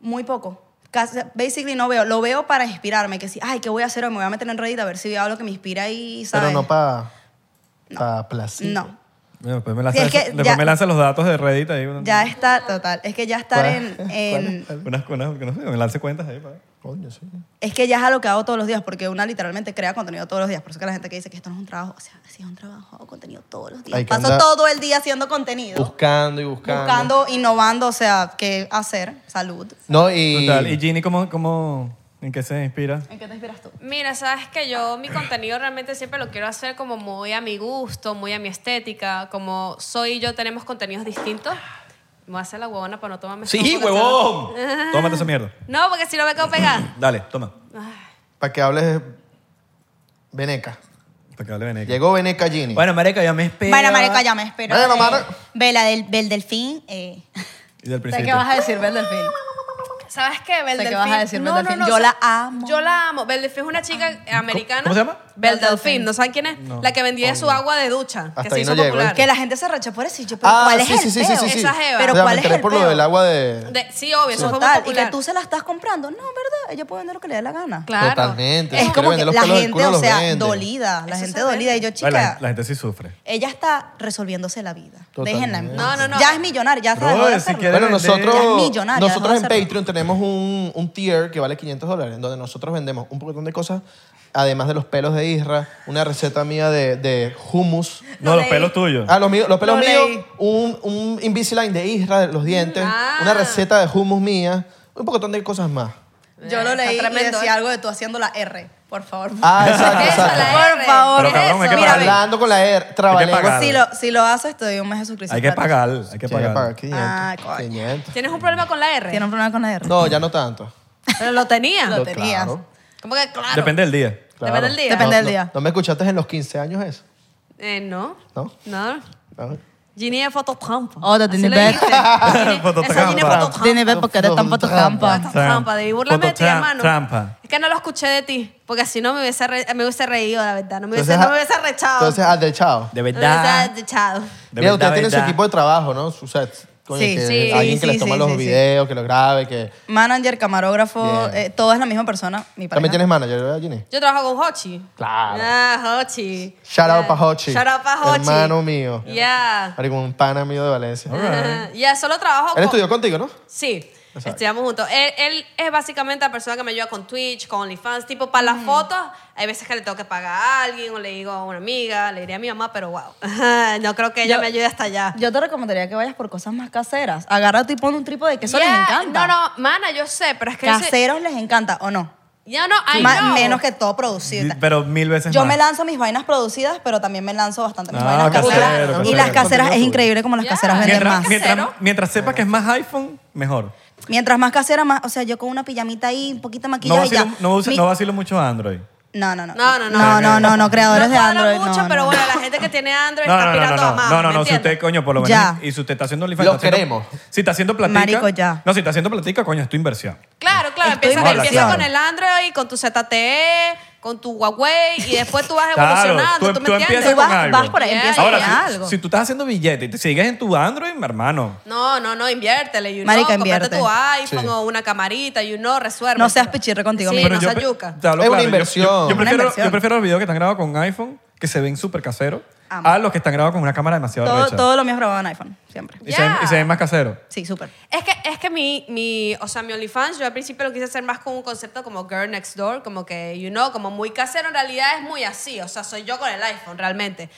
Muy poco. Casi- basically no veo. Lo veo para inspirarme. Que si, ay, ¿qué voy a hacer? hoy? Me voy a meter en Reddit a ver si veo algo que me inspira y, ¿sabes?
Pero no para. Para placer.
No.
Mira, Después me lanzas,
es que
después
ya-
me lanzas los datos de Reddit ahí. una-
Ya está, total. Es que ya estar en...
¿Cuál?
en-
Unas, unas, que no sé, me lance cuentas ahí. para ver.
Coño, sí.
es que ya es algo que hago todos los días porque una literalmente crea contenido todos los días. Por eso que la gente que dice que esto no es un trabajo, o sea, sí es un trabajo, hago contenido todos los días.
Hay que
Paso
andar-
todo el día haciendo contenido,
Buscando y buscando.
buscando, innovando, o sea, qué hacer, salud.
No, y.
Total. ¿Y Ginny cómo, cómo, en qué se inspira?
¿En qué te inspiras tú?
Mira, sabes que yo mi contenido realmente siempre lo quiero hacer como muy a mi gusto, muy a mi estética, como soy y yo tenemos contenidos distintos. Me voy a hacer la huevona para no tomarme
¡Sí,
esto, porque
huevón! Tómate esa mierda.
si no- No, porque si no me quedo pegada.
Dale, toma.
Para que hables. Veneca.
Para que hable Veneca.
Llegó Veneca Gini.
Bueno, Mareca, ya me espera.
Bueno, marica, ya me espero.
Bueno,
Eh,
Mara.
Vela del, del delfín. Eh.
Y del
Sé
principio.
que vas a decir Bel Delfín.
¿Sabes qué? Bel
Sé que
Delfín-
vas a decir Bel Delfín. Yo
sa-
la amo. Ah.
Yo la amo. Bel Delfín es una chica americana.
¿Cómo se llama?
Bel Delfín, ¿no saben quién es?
No.
La que vendía su agua de ducha, que
Hasta
se
ahí
hizo
no llego,
popular.
¿eh?
Que la gente se arrecha por eso y yo,
Ah,
pero ¿cuál es el peo?
Esa jeva.
Pero
O sea,
¿cuál
me
es
enteré
el
por
peo?
lo del agua de...
De- sí, obvio, eso fue muy
Total, y que
popular.
tú se la estás comprando. No, ¿verdad? Ella puede vender lo que le dé la gana.
Claro.
Totalmente.
Es
Si
como
quiere
que
vender los
la
pelos del
gente,
culo,
o
los
sea,
vende.
dolida. La
Eso
gente
se vende.
dolida. Y yo,
Ay, La,
chica,
la gente sí sufre.
ella está resolviéndose la vida.
Totalmente.
Déjenla. en paz.
No, no, no.
Ya es millonaria, ya está
Brother,
dejó de
si
hacerlo.
quieres-
Bueno,
vender.
nosotros,
Ya es millonaria,
nosotros
no
en
va a hacerlo.
Patreon tenemos un, un tier que vale 500 dólares, en donde nosotros vendemos un poquitón de cosas, además de los pelos de Isra, una receta mía de, de hummus.
No,
Lo
los
leí.
pelos tuyos.
Ah, los, míos- los pelos
Lo leí.
míos, un, un Invisalign de Isra, de los dientes,
ah.
una receta de hummus mía, un poquitón de cosas más.
Yo lo
Está
leí y
tremendo, ¿eh?
decía algo de tú haciendo la R, por favor.
Ah, exacto,
Eso,
exacto.
la
Por
R.
favor.
Pero, cabrón, hay que
Mira,
pagarle.
ve.
Hablando con la R,
pagar.
trabalenguas.
si, lo, si lo haces, te doy un mes de suscripción.
Hay que
gratis.
pagar, hay que
Sí, hay que pagar
pagar.
500.
Ah, coño.
500.
¿Tienes un problema con la R?
Tiene un problema con la R.
No, ya no tanto.
Pero lo tenía.
Lo
No,
tenías.
claro,
¿Cómo que claro?
Depende del día.
Depende del día.
Depende
No,
del
no,
día.
No, me escuchaste en los 15 años eso?
Eh, no.
¿No?
No.
No.
Ginny es fotocampa.
Oh, te
e Así
tiene
le
ver.
dicen. Ginny- Esa Ginny es
Fotocampa.
fotocampa.
Tiene ver porque eres tan fotocampa.
Fotocampa, Trampa, de burlarme de ti,
Fototram-
hermano.
trampa.
Es que no lo escuché de ti, porque si no me hubiese, re- me hubiese reído, la verdad. No me hubiese,
Entonces,
no me hubiese rechado.
ah, Entonces, ah, de chao.
De
No me
verdad.
hubiese rechado.
De verdad,
Mira, ustedes tienen su
verdad.
equipo de trabajo, ¿no? Su set. Coño,
Sí,
que
sí,
alguien
sí,
que les toma
sí,
los
sí, sí.
videos, que lo grabe, que...
Manager, camarógrafo,
Bien.
eh, todo es la misma persona, mi pareja.
¿También tienes manager, ¿verdad, Ginny?
Yo trabajo con Hochi.
Claro.
Ah, Hochi.
Shout out
Yeah.
pa' Hochi.
Shout out pa' Hochi.
Hermano mío.
Yeah.
Marico, un pana mío de Valencia.
Ya, solo trabajo
Él
con...
estudió contigo, ¿no?
Sí, estudiamos juntos. Él, él es básicamente la persona que me ayuda con Twitch, con OnlyFans, tipo para las fotos. Hay veces que le tengo que pagar a alguien o le digo a una amiga, le diré a mi mamá, pero wow. no creo que ella
Yo-
me ayude hasta allá.
Yo te recomendaría que vayas por cosas más caseras. Agárrate y pon un trípode que eso les
Yeah, No,
encanta.
no, mana, yo sé, pero es que... ese-
Caseros les encanta, ¿o no?
ya no, I
Ma-
know.
Menos que todo producido.
Pero mil veces
Yo
más.
me lanzo mis vainas producidas, pero también me lanzo bastante mis
Ah,
vainas
casero,
caseras.
casero.
y las caseras es
Contenido
increíble como las
Ya.
caseras venden
Mientras,
más.
mientras,
Cero.
mientras sepas que es más iPhone, mejor.
Mientras más caseras, más. O sea, yo con una pijamita ahí, un poquito de
No
maquillaje y
vacilo,
ya.
no, usa-
Mi-
no vacilo mucho Android.
no, no, no.
No, no, no.
No, no, no, no, creadores
No
de
cuadra
Android.
mucho,
no,
pero
no.
bueno, la gente que tiene Android
No, no,
está
no, no,
pirando a
no,
más.
no, no,
¿me
no, si
entiendes?
usted, coño, por lo menos,
Ya.
y si usted está haciendo OnlyFans,
Lo
está haciendo-
queremos.
si está haciendo platica,
Marico, ya.
no, si está haciendo platica, coño, es tu inversión.
Claro, claro,
Estoy
empieza,
involucrada.
empieza con el Android, con tu ZTE, con tu Huawei y después tú vas
Claro,
evolucionando,
tú,
¿tú, me
tú
entiendes?
empiezas
Tú vas-
con algo.
vas por ahí, empiezas
Ahora,
con
si,
algo.
si tú estás haciendo billetes y te sigues en tu Android, mi hermano,
No, no, no, inviértele, you
Marica,
know, cómprate
invierte.
tu iPhone
Sí.
o una camarita, you know, resuelve.
No seas pichirre contigo
sí,
mismo.
no
yo
seas
pre-
yuca.
te hablo
Es una
yo- yo-
inversión.
Yo,
Una
prefiero,
inversión.
yo prefiero los videos que están grabados con iPhone, que se ven súper caseros,
Amo.
a los que están grabados con una cámara demasiado
Todo,
recha.
todo lo mío es grabado en iPhone, siempre.
Y, se ven, y se ven más caseros.
Sí, súper.
Es que, es que mi, mi, o sea, mi OnlyFans, yo al principio lo quise hacer más con un concepto como Girl Next Door, como que, you know, como muy casero, en realidad es muy así, o sea, soy yo con el iPhone, realmente.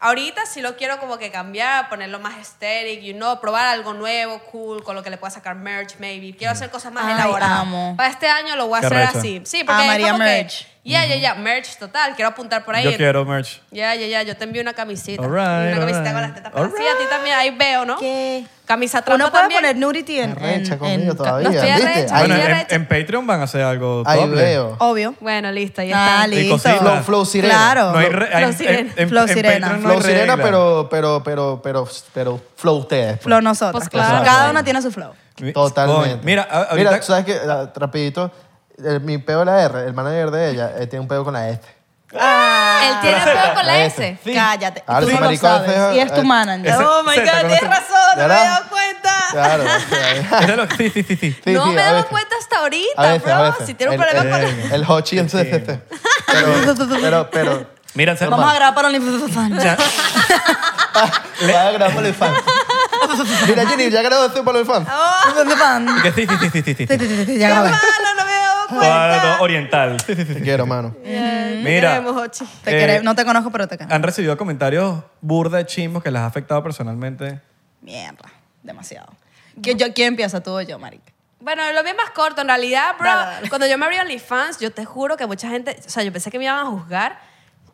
Ahorita sí lo quiero como que cambiar, ponerlo más aesthetic, you know, probar algo nuevo, cool, con lo que le pueda sacar merch, maybe. Quiero hacer cosas más
Ay,
elaboradas.
amo.
Para este año lo voy a
Qué
hacer
arrecho.
así. Sí, porque
Amaría
es como
merch.
que... Ya, ya, ya, merch total, quiero apuntar por ahí.
Yo quiero merch.
Ya, ya, ya, yo te envío una camisita.
All right,
una camisita
all
con las
right.
tetas. Pero
All
sí, a ti también, ahí veo, ¿no?
¿Qué?
Camisa trampa
Uno puede
también.
poner nudity en.
Recha
en-
conmigo
en-
todavía,
no estoy
¿viste?
arrecha,
Ahí-
no
Bueno,
estoy
en,
arrecha.
en Patreon van a hacer algo
Ahí
doble.
veo.
Obvio.
Bueno, listo, ahí
Ah,
está.
li-
listo.
cosita.
Flow- flow sirena.
Claro.
No hay re- hay-
Flow sirena.
en- en-
Flow
en
sirena.
Patreon no hay
Flow sirena,
regla.
pero, pero, pero, pero, pero, flow ustedes. pues.
Flow nosotros.
Pues claro.
Cada una tiene su flow.
Mi-
Totalmente.
Coño, Mira, a-
Mira,
ahorita-
tú sabes que, ah, rapidito, el- mi peo de la R, el manager de ella, eh, tiene un peo con la F.
Él tiene peo con la S.
Cállate.
Ah,
tú
ese
no lo
maricón
sabes.
hace-
Y es tu
eh,
manager.
ese-
Oh my
Z,
God,
con
tienes
ese-
razón, no me he
¿Verdad?
dado cuenta.
Claro. o sea,
Era lo- sí, sí, sí, sí.
sí,
no
sí,
me he
a
dado
veces.
cuenta hasta ahorita,
A veces,
bro.
a veces.
Si tiene un
El-
problema con la...
el- El Hochi en CCC. Pero, pero, pero.
Mira, se-
Vamos a grabar para OnlyFans.
Ya.
Le va a ah, grabar para el fan. Mira, Jenny, ya grabaste para el fan.
Que sí, sí, sí, sí, sí, sí.
Sí, sí, sí, sí, ya
Qué
grabé.
malo, no me he dado
Todo-
cuenta.
todo Oriental. Sí, sí, sí,
Te
sí.
quiero, mano.
Mira.
Queremos, Hochi.
Te
Eh,
queremos. No te conozco, pero te
Ah.
queremos.
¿Han recibido comentarios burda de chismos que les ha afectado personalmente?
Mierda. Demasiado. ¿Qui- yo- ¿Quién empieza? ¿Tú o yo, marica?
Bueno, lo mío es más corto. En realidad, bro,
Dale, dale.
cuando yo me abrí OnlyFans, yo te juro que mucha gente... O sea, yo pensé que me iban a juzgar,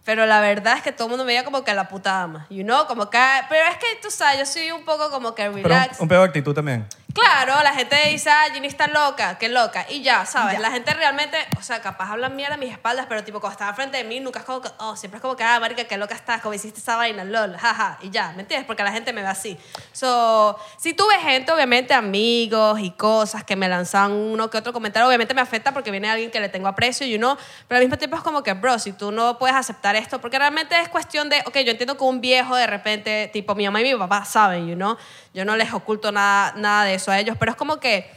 pero la verdad es que todo el mundo me veía como que la puta ama. You know, como que... Pero es que, tú sabes, yo soy un poco como que
Pero un,
relax.
un pedo de actitud también.
Claro, la gente dice, ah, Ginny está loca, qué loca. Y ya, ¿sabes? La gente realmente, o sea, capaz hablan mierda a mis espaldas, pero tipo, cuando estaba frente de mí, nunca es como que, oh, siempre es como que, ah, marica, qué loca estás, como hiciste esa vaina, lol, jaja. Y ya, ¿me entiendes? Porque la gente me ve así. So, si tuve gente, obviamente, amigos y cosas que me lanzaban uno que otro comentario, obviamente me afecta porque viene alguien que le tengo aprecio y uno, pero al mismo tiempo es como que, bro, si tú no puedes aceptar esto, porque realmente es cuestión de, ok, yo entiendo que un viejo de repente, tipo, mi mamá y mi papá saben, you know, yo no les oculto nada, nada de eso a ellos, pero es como que,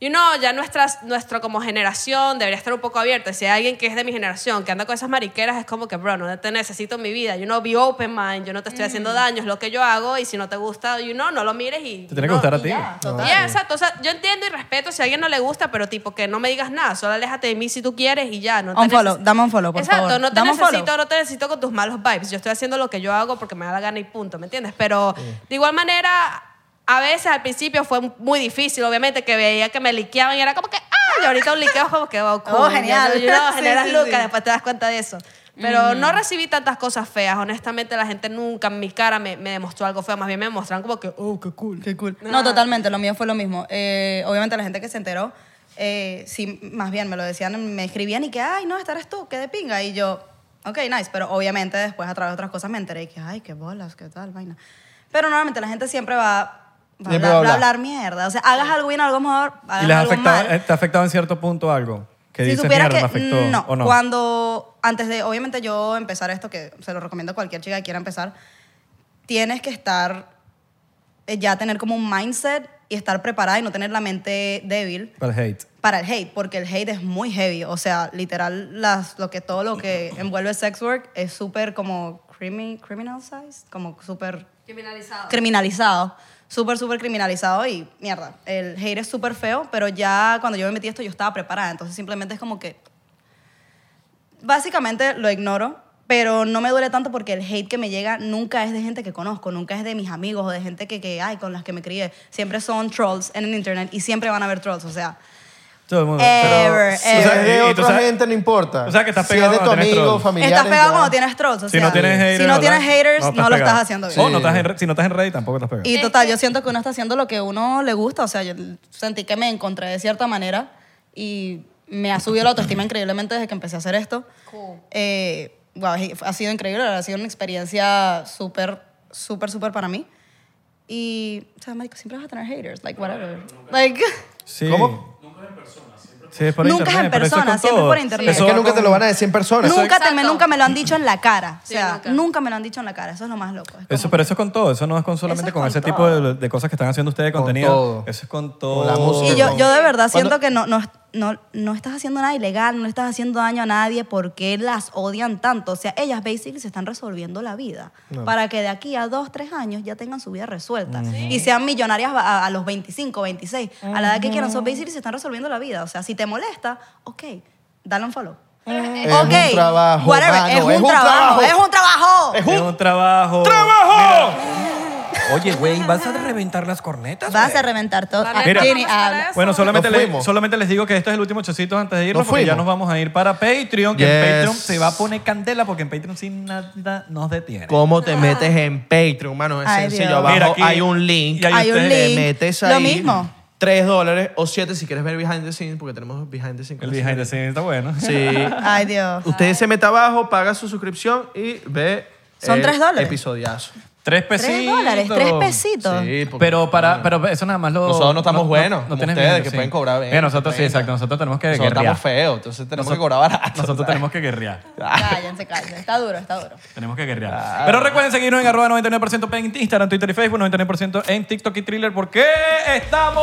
you know, ya nuestra, nuestra como generación debería estar un poco abierta. Si hay alguien que es de mi generación, que anda con esas mariqueras, es como que, bro, no te necesito en mi vida. You know, be open mind, yo no te estoy haciendo daño, es lo que yo hago y si no te gusta, you know, no lo mires y...
Te tiene que
no,
gustar a
y
ti.
ya.
No,
Ya, exacto. O sea, yo entiendo y respeto si a alguien no le gusta, pero tipo que no me digas nada, solo aléjate de mí si tú quieres y ya. No te
Unfollow,
neces-
dame un follow, por
Exacto,
favor.
no te
Dame un follow.
necesito, no te necesito con tus malos vibes. Yo estoy haciendo lo que yo hago porque me da la gana y punto, ¿me entiendes? Pero de igual manera, a veces al principio fue muy difícil, obviamente, que veía que me liqueaban y era como que, ah, y ahorita un liqueo es como que, oh, cool,
genial.
yo- yo no,
Sí,
generas
sí,
lucas,
sí.
después te das cuenta de eso. Pero no recibí tantas cosas feas, honestamente la gente nunca en mi cara me, me demostró algo feo, más bien me mostraron como que, oh, qué cool, qué cool.
No, totalmente, lo mío fue lo mismo. Eh, obviamente la gente que se enteró, eh, sí, más bien me lo decían, me escribían y que, ay, no, esta eres tú, que de pinga. Y yo, ok, nice, pero obviamente después a través de otras cosas me enteré y que, ay, qué bolas, qué tal, vaina. Pero normalmente la gente siempre va, va, a,
Siempre va
hablar,
a
va a
hablar.
hablar mierda. O sea, hagas algo bien, algo mejor, hagas
¿Y les ha
algo
afectado,
mal
eh, te ha afectado en cierto punto algo? Que
si
dices,
supieras
mierda, me
que
afectó.
no,
¿o no?
cuando antes de obviamente yo empezar esto que se lo recomiendo a cualquier chica que quiera empezar, tienes que estar eh, ya tener como un mindset y estar preparada y no tener la mente débil
Para el hate.
para el hate, porque el hate es muy heavy, o sea, literal las lo que todo lo que envuelve sex work es súper como crimi- criminal size, como súper
Criminalizado.
criminalizado. Súper, súper criminalizado y mierda. El hate es súper feo, pero ya cuando yo me metí a esto yo estaba preparada. Entonces simplemente es como que. Básicamente lo ignoro, pero no me duele tanto porque el hate que me llega nunca es de gente que conozco, nunca es de mis amigos o de gente que, que ay, con las que me crié. Siempre son trolls en el internet y siempre van a haber trolls. O sea,
Todo el mundo.
Ever,
Si
ever.
O sea,
es de
y- y tú
otra
sabes-
gente, no importa.
o sea, que estás
Si
pegado
es de tu
cuando tienes
amigo,
trolls.
familiar.
estás pegado cuando tienes trolls. O
si
sea,
no tienes haters,
si no
¿verdad?
tienes haters, no, lo
pegado.
estás haciendo bien.
Oh,
O no estás en re- si no estás en Reddit, tampoco estás pegado.
Y total,
Este,
yo siento que uno está haciendo lo que uno le gusta. O sea, yo sentí que me encontré de cierta manera y me ha subido la autoestima increíblemente desde que empecé a hacer esto. Eh, guau, ha sido increíble, ha sido una experiencia súper, súper, súper para mí. Y, o sea, marico, siempre vas a tener haters, like, whatever. Like,
Sí.
¿Cómo?
Sí, es por
Nunca es
internet,
en
pero eso es con
persona, siempre
todo.
por internet.
Es
Eso
que
va
nunca
con-
te lo van a decir en persona. Eso-
nunca, te-
Exacto.
me, nunca me lo han dicho en la cara. O
Sí,
sea,
nunca.
nunca. me lo han dicho en la cara. Eso es lo más loco. Es
Eso,
como-
pero eso es con todo, eso no es con solamente
Eso es
con,
con
ese
todo.
tipo de, de cosas que están haciendo ustedes de
Con
contenido.
todo.
Eso es con todo.
Con la música,
Y yo,
Perdón.
yo de verdad siento
Cuando-
que no, no, no, no estás haciendo nada ilegal, no estás haciendo daño a nadie porque las odian tanto. O sea, ellas basically se están resolviendo la vida para que de aquí a dos, tres años ya tengan su vida resuelta y sean millonarias a, a los 25, 26, a la edad que quieran. So basically se están resolviendo la vida. O sea, si te molesta, ok, dale un follow.
Es un trabajo, mano,
es, un trabajo, es un trabajo.
Es un trabajo.
¡Trabajo!
Oye, güey, ¿vas a reventar las cornetas?
Vas a reventar todo.
Vale,
Ah,
Mira.
Jenny,
vamos a
habla.
hacer eso.
Bueno, solamente,
Nos
le-
fuimos.
solamente les digo que este es el último chocito antes de irnos
Nos
porque ya nos
fuimos.
vamos a ir para Patreon, que en
Yes.
Patreon se va a poner candela porque en Patreon sin nada nos detiene.
¿Cómo te metes en Patreon, mano? Es
Ah. Ay,
sencillo.
Dios.
Abajo
Mira aquí.
hay un link.
Y ahí
Hay un
ustedes- eh,
link.
Te metes ahí.
Lo mismo.
3 dólares o 7 si quieres ver behind the scenes, porque tenemos behind the scenes.
El behind the scenes está bueno.
Sí.
Ay, Dios.
Usted se mete abajo, paga su suscripción y ve.
Son
el
tres dólares.
Episodiazo.
Tres pesitos.
Tres dólares, tres pesitos.
porque-
Pero para, pero eso nada más lo.
Nosotros no estamos buenos, como
tienes
ustedes,
miedo,
que pueden cobrar
Mira,
20,
nosotros sí,
30.
exacto. Nosotros tenemos que
Nosotros
guerrear.
estamos feos, entonces tenemos
Nosotros-
que cobrar barato.
Nosotros tenemos que guerrear.
Cállense, cállense. Está duro, está duro.
Tenemos que guerrear. Pero recuerden seguirnos en arroba 99% en Instagram, Twitter y Facebook, 99% en TikTok y Thriller, porque estamos.